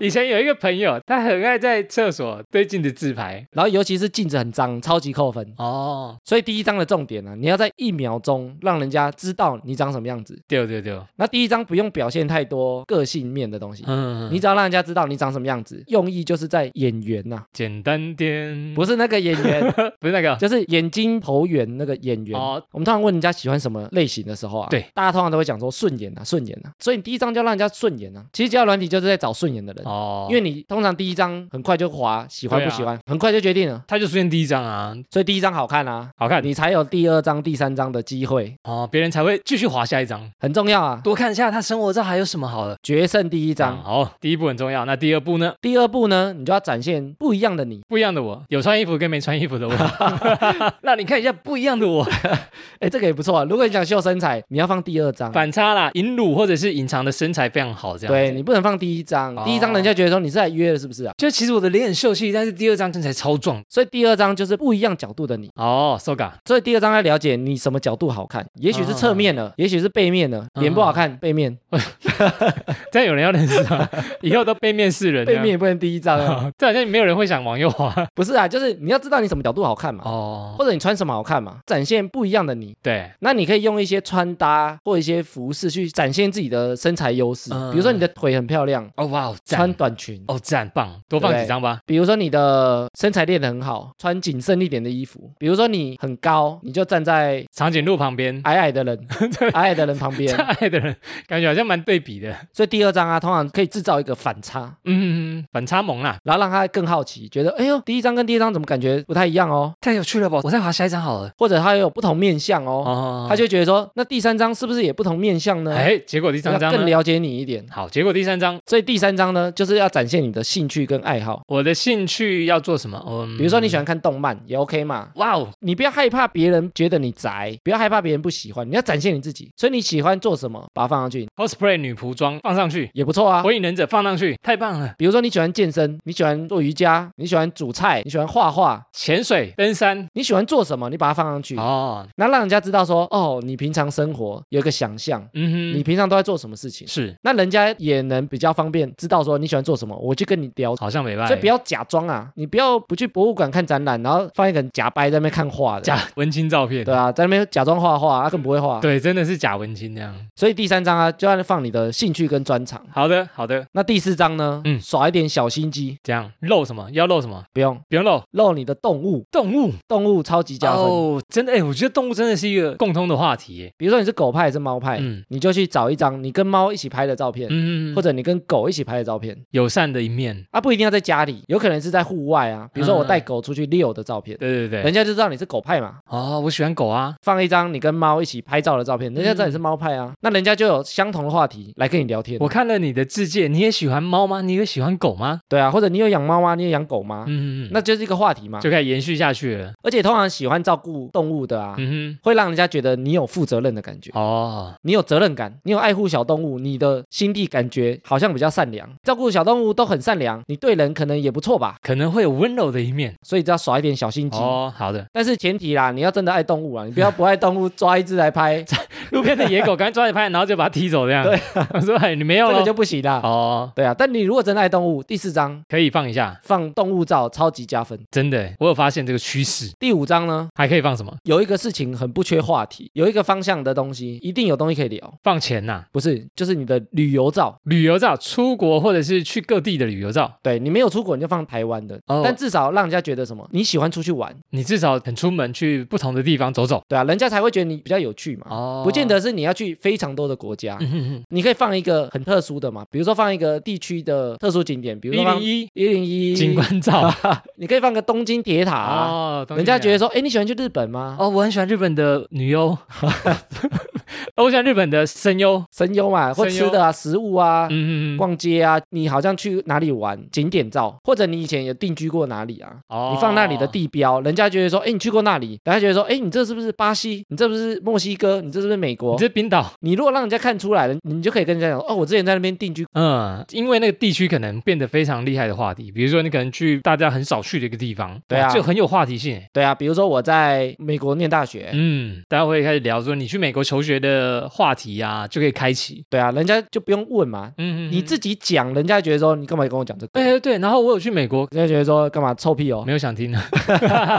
以前有一个朋友，他很爱在厕所对镜子自拍。然后尤其是镜子很脏，超级扣分。哦，所以第一张的重点呢、啊，你要在一秒钟让人家知道你长什么样子。对对对，那第一张不用表现太多个性面的东西，嗯，你只要让人家知道你长什么样子，用意就是在眼缘呐、简单点，不是那个眼缘，不是那个 就是眼睛头圆那个眼嗯缘。哦，我们通常问人家喜欢什么类型的时候啊，对，大家通常都会讲说顺眼啊，顺眼啊，所以你第一张就让人家顺眼啊。其实交友软体就是在找顺眼的人，哦，因为你通常第一张很快就滑，喜欢对啊不喜欢，很快就决定了，他就出现第一张啊，所以第一张好看啊，好看你才有第二张、第三张的机会，哦，别人才会继续滑下一张，很重要啊。多看一下他生活照还有什么好的。决胜第一这样张，啊好，第一步很重要，那第二步呢？第二步呢，你就要展现不一样的你。不一样的我，有穿衣服跟没穿衣服的我， 让你看一下不一样的我，哎，这个也不错啊。如果你想秀身材，你要放第二张。反差啦，隐乳或者是隐藏的身材非常好，这样对子。你不能放第一张哦，第一张人家觉得说你是来约的，是不是啊？就其实我的脸很秀气，但是第二张身材超壮。所以第二张就是不一样角度的你。哦，Soga，所以第二章要了解你什么角度好看，也许是侧面啊的，也许是背面的，嗯脸不好看，背面，这样有人要认识 吗？以后都背面试人这背样，面也不能第一章 啊，这好像没有人会想往右滑。不是啊，就是你要知道你什么角度好看嘛，哦，或者你穿什么好看嘛，展现不一样的你。 对，那你可以用一些穿搭或一些服饰去展现自己的身材优势，嗯比如说你的腿很漂亮，哦哇，穿赞，短裙。哦赞，棒，多放对几张吧。比如说你的身材练得很好，穿紧身一点的衣服。比如说你很高，你就站在长颈鹿旁边，矮矮的 人、矮矮的人旁边。爱的人感觉好像蛮对比的，所以第二章啊，通常可以制造一个反差。嗯，反差萌啦，然后让他更好奇，觉得哎呦，第一张跟第二张怎么感觉不太一样哦？太有趣了吧！我再滑下一张好了。或者他有不同面相哦，哦，他就觉得说，那第三张是不是也不同面相呢？哎，结果第要三张更呢？了解你一点。好，结果第三张所以第三张呢，就是要展现你的兴趣跟爱好，我的兴趣要做什么？嗯，比如说你喜欢看动漫也 OK 嘛。哇哦，你不要害怕别人觉得你宅，不要害怕别人不喜欢，你要展现你自己。所以你喜欢做什么，把它放上去 cosplay 女仆装放上去，也不错啊。火影忍者放上去，太棒了！比如说你喜欢健身，你喜欢做瑜伽，你喜欢煮菜，你喜欢画画，潜水、登山，你喜欢做什么，你把它放上去，哦，那让人家知道说，哦，你平常生活有一个想象，嗯你哼，平常都在做什么事情，是那人家也能比较方便知道说你喜欢做什么，我就跟你聊。好像没办法，所以不要假装啊，你不要不去博物馆看展览，然后放一个人假掰在那边看画的，假 文青照片，对啊，在那边假装画画，他、更不会画。对，真的是假文青那样。所以第三章啊，就要放你的兴趣跟专长。好的，好的，那第四章呢，嗯嗯，耍一点小心机，这样露什么？要露什么？不用不用露露你的动物，动物动物超级加分。哦，真的哎，我觉得动物真的是一个共通的话题耶。比如说你是狗派还是猫派，嗯你就去找一张你跟猫一起拍的照片，嗯，或或者者你跟狗一起拍的照片。友善的一面，啊，不一定要在家里，有可能是在户外啊，比如说我带狗出去遛的照片，嗯对对人对，家就知道你是狗派嘛。哦，我喜欢狗啊，放一张你跟猫一起拍照的照嗯片，人家知道你是猫派啊，那人家就有相同的话题来跟你聊天。我看了你的自介，你也喜欢猫吗？你也喜欢狗吗？对啊，或者你有养猫吗？你有养狗吗？嗯嗯嗯，啊那就是一个话题嘛。就可以延续下去了。而且通常喜欢照顾动物的啊，嗯会让人家觉得你有负责任的感觉哼，。哦，你有责任感，你有爱护小动物，你的心地感觉好像比较善良，照顾小动物都很善良，你对人可能也不错吧，可能会有温柔的一面。所以就要耍一点小心机。哦，好的，但是前提啦，你要真的爱动物啊，你不要不爱动物抓一只来拍，这路边的野狗，赶 快抓起拍，然后就把它踢走这样。对，我说哎，你没有个了就。不行啦。哦，对啊，但你如果真的爱动物，第四章可以放一下，放动物照超级加分。真的，欸我有发现这个趋势。第五章呢，还可以放什么？有一个事情很不缺话题，有一个方向的东西，一定有东西可以聊。放钱呐、不是，就是你的旅游照。旅游照，出国或者是去各地的旅游照，对你没有出国，你就放台湾的，哦但至少让人家觉得什么，你喜欢出去玩，你至少很出门去不同的地方走走。对啊，人家才会觉得你比较有趣嘛。哦不见。得是你要去非常多的国家，嗯哼哼，你可以放一个很特殊的嘛，比如说放一个地区的特殊景点，比如一说零放一一零一景观照。你可以放个东京铁塔、啊，哦，懂人家你觉得了说，哎，你喜欢去日本吗？哦，我很喜欢日本的女优， 哦我喜欢日本的声优。声优嘛，或声优吃的啊，食物啊。嗯嗯嗯，逛街啊，你好像去哪里玩景点照，或者你以前有定居过哪里啊？哦你放那里的地标，人家觉得说，哎，你去过那里，人家觉得说，哎，你这是不是巴西？你这不是墨西哥？你这是不是美国你？这冰岛，你如果让人家看出来了，你就可以跟人家讲，哦，我之前在那边定居。嗯，因为那个地区可能变得非常厉害的话题，比如说你可能去大家很少去的一个地方，对啊哇就很有话题性。对啊，比如说我在美国念大学，嗯，大家会开始聊说你去美国求学的话题啊，就可以开启。对啊，人家就不用问嘛，嗯，嗯嗯你自己讲，人家觉得说你干嘛跟我讲这个？哎、对，然后我有去美国，人家觉得说干嘛臭屁哦没？有想 听 的，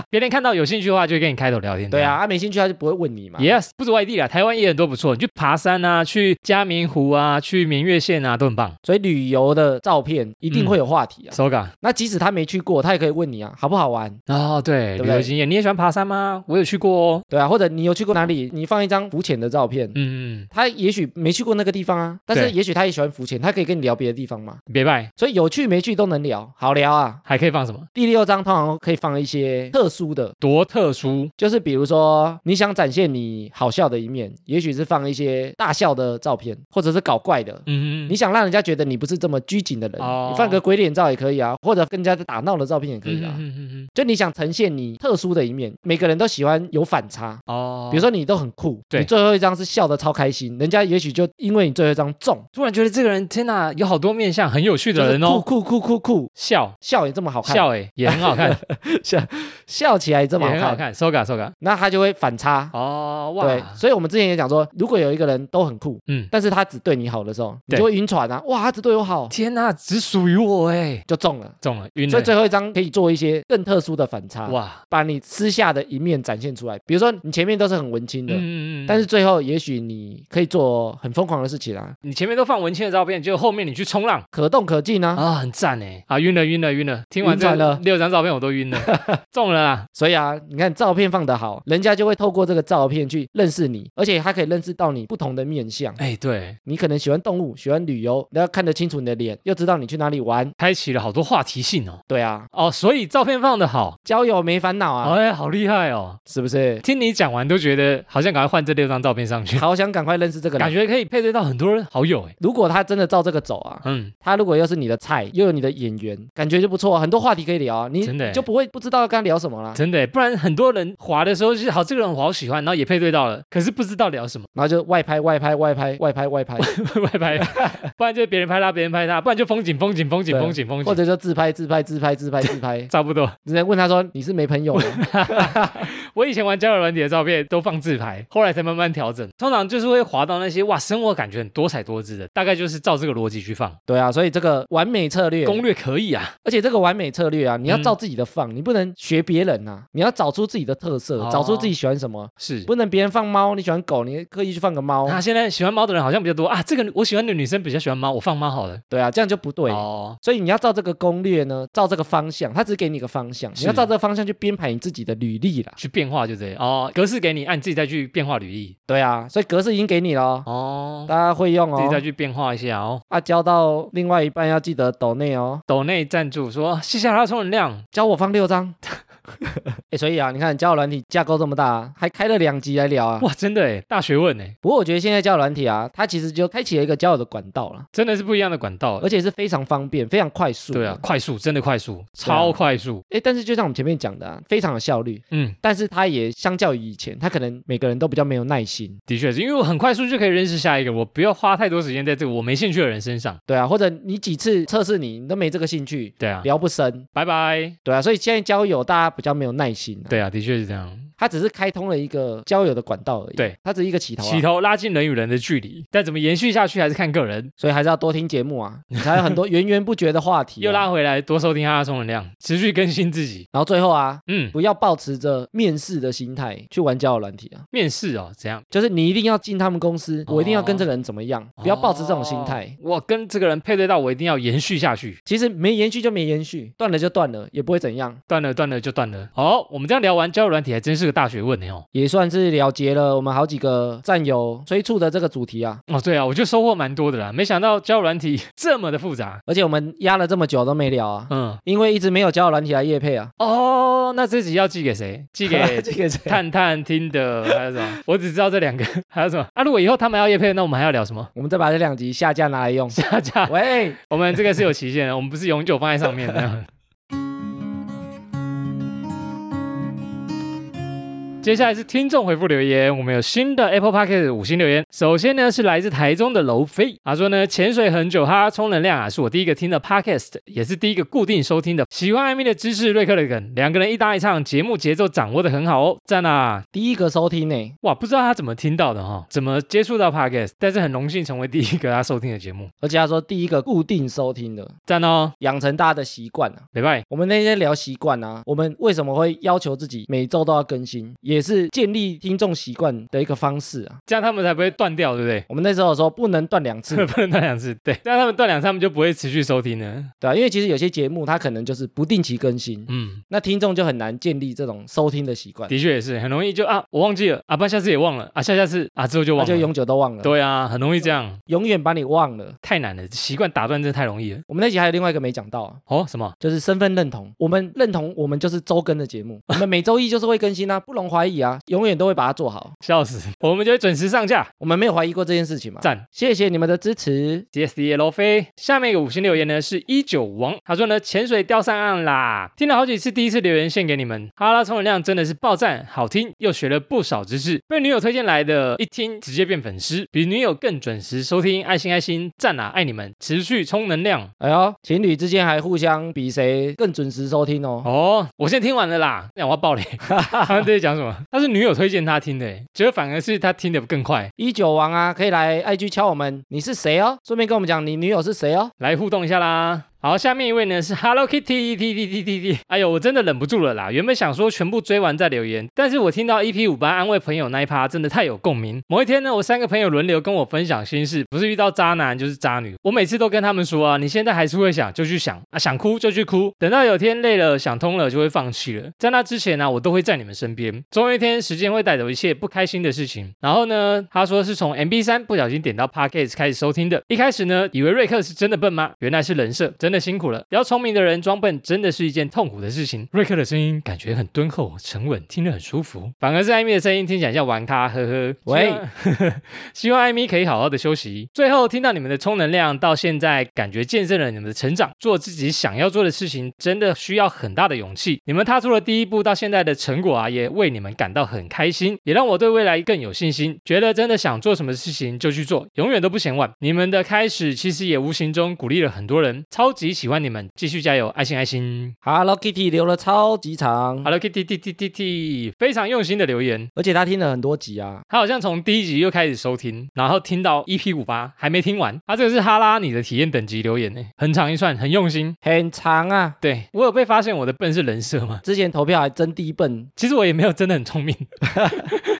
别人看到有兴趣的话，就会跟你开头聊天。啊对啊，。他没兴趣他就不会问你嘛。 Yes，不止外地啦，台湾也很多不错。你去爬山 啊，去嘉明湖啊，去明月县啊，都很棒。所以旅游的照片一定会嗯有话题啊。手感那即使他没去过，他也可以问你啊，好不好玩？哦，对，对不旅游对经验，你也喜欢爬山吗？我有去过哦。对啊，或者你有去过哪里？你放一张浮潜的照片。嗯，他也许没去过那个地方啊，但对是也许他也喜欢浮潜，他可以跟你聊别的地方嘛，别拜，所以有去没去都能聊，好聊啊。还可以放什么？第六章通常可以放一些特殊的，多特殊就是比如说你想展现你好笑的一面，也许是放一些大笑的照片，或者是搞怪的，嗯你想让人家觉得你不是这么拘谨的人，哦你放个鬼脸照也可以啊，或者跟人家打闹的照片也可以啊。嗯嗯嗯就你想呈现你特殊的一面，每个人都喜欢有反差。哦，比如说你都很酷，对你最后一张是笑得超开心，人家也许就因为你最后一张中，突然觉得这个人天哪，有好多面相，很有趣就的是人哦，酷酷酷酷酷，笑笑也这么好看，笑哎、也很好看，笑笑起 来也这也么好很好看，看，手感手感那他就会反差。哦哇，对，所以我们之前也讲说，如果有一个人都很酷，嗯嗯，但是他只对你好的时候，你对就会晕船啊，哇，他只对我好，天哪，只属于我哎、就中了。中了晕所了以，最后一张可以做一些更特殊的反差，哇，把你私下的一面展现出来。比如说你前面都是很文青的，嗯嗯嗯，但是最后也许你可以做很疯狂的事情啊，你前面都放文青的照片，就后面你去冲浪。可动可进啊。啊，很赞哎！啊，晕了晕了晕了，听完晕这船了六张照片我都晕了， 中了啦！所以啊，你看照片放得好，人家就会透过这个照片去认识你，而且以他可以认识到你不同的面相。哎，对，你可能喜欢动物，喜欢旅游，然后看得清楚你的脸，又知道你去哪里玩。开启了好多话题性哦。对啊，哦，所以照片放的好，交友没烦恼啊，哎，好厉害哦！是 不是？听你讲完都觉得好像赶快换这六张照片上去，好想赶快认识这个感人。觉可以配对到很多人好友哎。如果他真的照这个走啊，嗯，他如果又是你的菜，又有你的眼缘，感觉就不错啊，很多话题可以聊啊，你真的耶就不会不知道要跟他聊什么啦，真的耶，不然很多人滑的时候就是好，这个人我好喜欢，然后也配对到了，可是不知道聊什么， 然后就外拍外拍外拍外拍外拍，外拍， 不然就别人拍他，别人拍他，不然就风景风景风景对风景风或景，者就自拍自拍自拍自拍 ，自拍差不多。只能问他说你是没朋友吗？我以前玩交友软体的照片都放自拍，后来才慢慢调整，通常就是会滑到那些哇，生活感觉很多彩多姿的，大概就是照这个逻辑去放， 对啊，所以这个完美策略，攻略可以啊。 而且这个完美策略啊，你要嗯照自己的放，你不能学别人呐、你要找出自己的特色，哦找出自己喜欢什么，是，不能别人放猫，你喜欢狗，你刻意去放个猫，那现在喜欢猫的人好像比较多啊，这个我喜欢的女生比较喜欢猫，我放猫好了。对啊，这样就不对。哦，所以你要照这个攻略呢，照这个方向，他只给你一个方向，是你要照这个方向去编排你自己的履历啦。去变化就对哦，格式给你，按、你自己再去变化履历对啊，所以格式已经给你了哦，哦，大家会用自己再哦。去变化一下哦。啊，交到另外一半要记得抖内哦，抖内赞助说谢谢他的充能量，教我放 六张。哎，所以啊，你看交友软体架构这么大、啊，还开了两集来聊啊。哇，真的哎，大学问哎，不过我觉得现在交友软体啊，它其实就开启了一个交友的管道了，真的是不一样的管道而。且是非常方便、非常快速。啊对啊，。快速，真的快速，超快速。哎，但是就像我们前面讲的、啊，非常有效率，嗯，但是它也相较于以前，它可能每个人都比较没有耐心，的确是因为我很快速就可以认识下一个，我不要花太多时间在这个我没兴趣的人身上。对啊，或者你几次测试你，你都没这个兴趣，对啊，聊不深，拜拜。对啊，所以现在交友大家比较没有耐心、啊，对啊，的确是这样。它只是开通了一个交友的管道而已，对，它只是一个起头、啊，起头拉近人与人的距离，但怎么延续下去还是看个人。所以还是要多听节目啊，你才有很多源源不绝的话题、啊又，拉回来，多收听他的充能量，持续更新自己。然后最后 啊。嗯，不要抱持着面试的心态去玩交友软体啊，面试哦，怎样？就是你一定要进他们公司，我一定要哦跟这个人怎么样，不要抱持这种心态。哦。我跟这个人配对到，我一定要延续下去。其实没延续就没延续，断了就断了，也不会怎样，断了，断了就断了。好，我们这样聊完交友软体，还真是个大学问呢哦。也算是了结了我们好几个战友催促的这个主题啊。哦，对啊，我就收获蛮多的啦。没想到交友软体 这么的复杂。而且我们压了这么久都没聊啊，嗯，因为一直没有交友软体来夜配啊。哦，那这集要寄给谁？寄 给这个谁？探探、听的，还有什么？我只知道这两个，还有什么？啊，如果以后他们要夜配，那我们还要聊什么？ 我们再把这两集下架拿来用。大家喂，我们这个是有期限的，我们不是永久放在上面的。接下来是听众回复留言，我们有新的 Apple Podcast 五星留言。首先呢是来自台中的楼飞，他说呢潜水很久，哈充能量啊，是我第一个听的 Podcast，也是第一个固定收听的。喜欢艾米的知识，瑞克的梗，两个人一搭一唱，节目节奏掌握的很好哦，赞啊！第一个收听呢，哇，不知道他怎么听到的哈、哦，怎么接触到 Podcast，但是很荣幸成为第一个啊他收听的节目，而且他说第一个固定收听的，赞哦，养成大家的习惯啊。拜拜。我们那天聊习惯啊，我们为什么会要求自己每周都要更新，也是建立听众习惯的一个方式啊。这样他们才不会断掉，对不对？，我们那时候说不能断两 次不能断两次，对，这样他们断两次，他们就不会持续收听了。对啊，因为其实有些节目它可能就是不定期更新，嗯，那听众就很难建立这种收听的习惯，的确也是很容易就啊，我忘记了啊，不然下次也忘了啊，下下次啊之后就那忘就了。永久都忘了，对啊，很容易这样，永远把你忘了。太难了，习惯打断真的太容易了。我们那集还有另外一个没讲到啊，哦，什么？就是身份认同。我们认同我们就是周更的 节目，我们每周一就是会更新啊，不容怀疑啊，永远都会把它做好。笑死！我们就会准时上架，我们没有怀疑过这件事情嘛。赞。谢谢你们的支持。 D S D L 飞，下面一个五星留言呢是一九王，他说呢潜水钓上岸啦，听了好几次，第一次留言献给你们，哈拉充能量真的是爆赞，好听又学了不少知识，被女友推荐来的，一听直接变粉丝，比女友更准时收听，爱心爱心赞啊，爱你们，持续充能量哎呦，情侣之间还互相比谁更准时收听哦。哦，我现在听完了啦，那我要爆雷， 他们这是讲什么？他是女友推荐他听的欸，结果反而是他听的更快，一九王啊，可以来 IG 敲我们，你是谁哦？顺便跟我们讲你女友是谁哦。来互动一下啦。好，下面一位呢是 Hello Kitty T T T T T，哎呦，我真的忍不住了啦！原本想说全部追完再留言，但是我听到 EP 五八安慰朋友那一趴，真的太有共鸣。某一天呢，我三个朋友轮流跟我分享心事，不是遇到渣男就是渣女。我每次都跟他们说啊，你现在还是会想就去想啊，想哭就去哭，等到有天累了想通了就会放弃了。在那之前呢、我都会在你们身边。总有一天，时间会带走一切不开心的事情。然后呢，他说是从 MB 三不小心点到 Podcast 开始收听的。一开始呢，以为瑞克是真的笨吗？原来是人设，真的辛苦了。比较聪明的人装笨真的是一件痛苦的事情。瑞克的声音感觉很敦厚、沉稳，听得很舒服。反而是艾米的声音听起来像玩咖，呵呵。希喂望，希望艾米可以好好的休息。最后听到你们的充能量，到现在感觉见证了你们的成长，做自己想要做的事情，真的需要很大的勇气。你们踏出了第一步，到现在的成果啊，也为你们感到很开心，也让我对未来更有信心，觉得真的想做什么事情就去做，永远都不嫌晚。你们的开始其实也无形中鼓励了很多人，超级喜欢你们，继续加油，爱心爱心。 Hello Kitty 留了超级长， Hello Kitty T T T T，非常用心的留言。而且他听了很多集啊。他好像从第一集又开始收听，然后听到 EP 五八还没听完。啊他这个是哈拉你的体验等级留言呢，欸很长一串，很用心。很长啊。对我有被发现我的笨是人设吗？ 之前投票还真低笨，其实我也没有真的很聪明，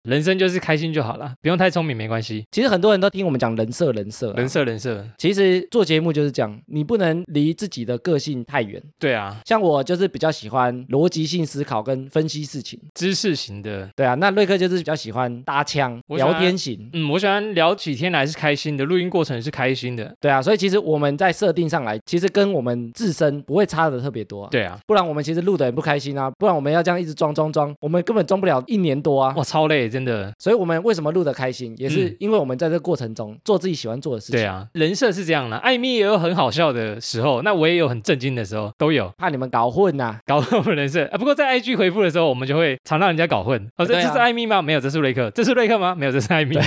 人生就是开心就好了，不用太聪明没关系。其实很多人都听我们讲人设人设、啊，人设人设，其实做节目就是这样，你不能离自己的个性太远。对啊，像我就是比较喜欢逻辑性思考跟分析事情，知识型的。对啊，那瑞克就是比较喜欢搭腔、我喜欢聊天型，嗯，我喜欢聊起天来是开心的，录音过程是开心的。对啊，所以其实我们在设定上来，其实跟我们自身不会差的特别多、啊。对啊，不然我们其实录的很不开心啊，不然我们要这样一直装装装，我们根本装不了一年多啊。哇，超累，真的。所以我们为什么录的开心，也是嗯因为我们在这个过程中做自己喜欢做的事情。对啊，人设是这样的。艾米也有很好笑的时候，那我也有很震惊的时候，都有。怕你们搞混呐、搞混我们人设啊。不过在 IG 回复的时候，我们就会常让人家搞混。哦，这对啊这是艾米吗？没有，这是瑞克。这是瑞克吗？没有，这是艾米。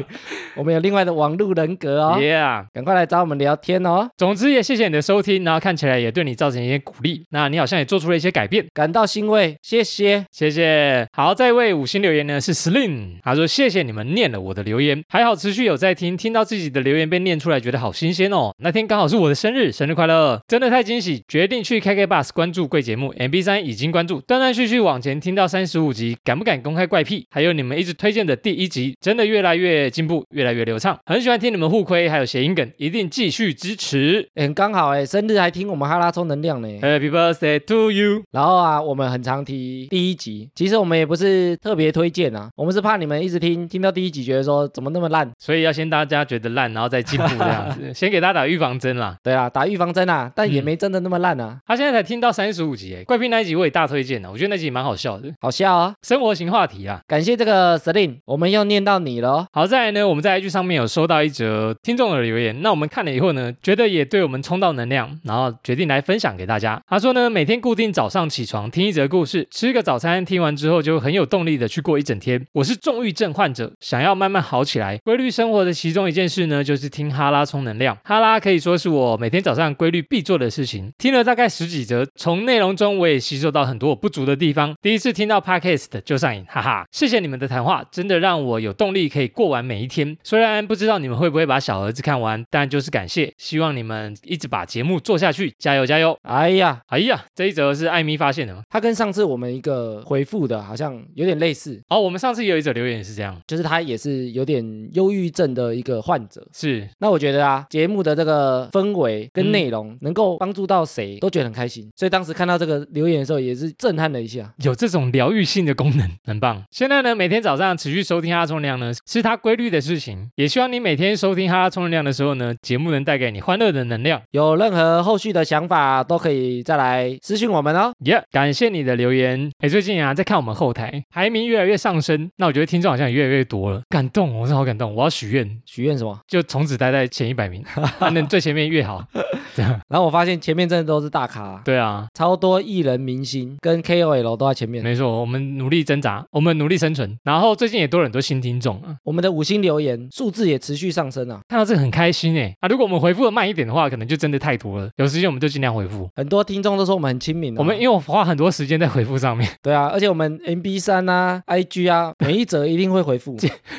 我们有另外的网路人格哦 Yeah，赶快来找我们聊天哦。总之也谢谢你的收听，然后看起来也对你造成一些鼓励。那你好像也做出了一些改变，感到欣慰，谢谢。谢谢。好，再一位五星留言呢是 Slim，他说谢谢你们念了我的留言，还好持续有在听，听到自己的留言被念出来，觉得好新鲜哦。那天刚好是我的生日，生日快乐，真的太惊喜，决定去 KK Bus 关注贵节目，MB 三已经关注，断断续续往前听到三十五集，敢不敢公开怪癖？还有你们一直推荐的第一集，真的越来越进步，越来越流畅，很喜欢听你们互亏，还有谐音梗，一定继续支持。诶很刚好哎，生日还听我们哈拉充能量呢。 Happy birthday to you！然后啊，我们很常提第一集，其实我们也不是特别推荐啊，我们是怕你们一直听，听到第一集觉得说怎么那么烂。所以要先大家觉得烂，然后再进步这样子，先给大家打预防针啦。对啊，打预防针啊，但也嗯没真的那么烂啊，他现在才听到三十五集诶，怪癖那一集我也大推荐呢，啊我觉得那集蛮好笑的，好笑啊、生活型话题啊。感谢这个 Selin，我们又念到你了哦。好，再来呢，我们在 IG 上面有收到一则听众的留言，那我们看了以后呢，觉得也对我们充到能量，然后决定来分享给大家。他说呢，每天固定早上起床听一则故事，吃个早餐，听完之后就很有动力的去过一整天。我是重郁症患者，想要慢慢好起来，规律生活的其中一件事呢，就是听哈拉充能量。哈拉可以说是我每天早上规律必做的事情，听了大概十几则，从内容中我也吸收到很多我不足的地方。第一次听到 podcast 就上瘾，哈哈！谢谢你们的谈话，真的让我有动力可以过完每一天。虽然不知道你们会不会把小儿子看完，但就是感谢，希望你们一直把节目做下去，加油加油！哎呀，哎呀，这一则是艾米发现的吗？他跟上次我们一个回复的好像有点类似，哦，我们上次也有一则留言是这样，就是他也是有点忧郁症的一个患者。是那我觉得啊，节目的这个氛围嗯跟内容能够帮助到谁，都觉得很开心。所以当时看到这个留言的时候，也是震撼了一下。有这种疗愈性的功能，很棒。现在呢，每天早上持续收听哈拉充能量呢，是它规律的事情。也希望你每天收听哈拉充能量的时候呢，节目能带给你欢乐的能量。有任何后续的想法，都可以再来私信我们哦。耶、感谢你的留言。哎，最近啊，在看我们后台排名越来越上升，那我觉得听众好像也越来越多了，感动，我是好感动，我要许愿，许愿什么？就从此待在前一百名，反正最前面越好。 然后我发现前面真的都是大咖、对啊，超多艺人、明星跟 KOL 都在前面。没错，我们努力挣扎，我们努力生存，然后最近也多了很多新听众啊。我们的五星留言数字也持续上升啊，看到这个很开心哎啊！如果我们回复的慢一点的话，可能就真的太多了。有时间我们就尽量回复。很多听众都说我们很亲民、啊。我们因为我花很多时间在回复上面， 对啊，而且我们 MB 三啊、IG 啊，每一则一定会 回复，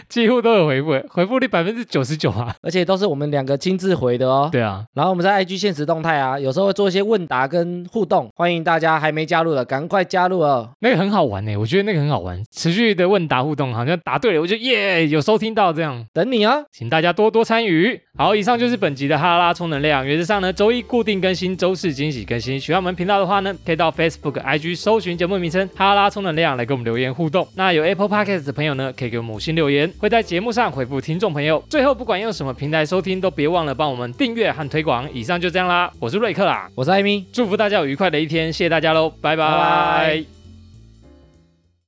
几乎都有回复，回复率百分之九十九啊。而且都是我们两个亲自回的哦。对啊，然后我们在 IG 现实动态啊，有时候会做一些问答跟互动，欢迎大家还没加入的赶快加入哦。那个很好玩呢、欸我觉得那个很好玩，持续的问答互动，好像答对了我就耶，有收听到这样。等你哦，请大家多多参与。好，以上就是本集的哈拉充能量。原则上呢，周一固定更新，周四惊喜更新。喜欢我们频道的话呢，可以到 Facebook、IG 搜寻节目名称“哈拉充能量”来给我们留言互动。那有 Apple Podcast 的朋友呢，可以给我们五星留言，会在节目上回复听众朋友。最后，不管用什么平台收听，都别忘了帮我们订阅和推广。以上就这样啦，我是瑞克啦，我是艾米。祝福大家有愉快的一天，谢谢大家喽，拜拜拜拜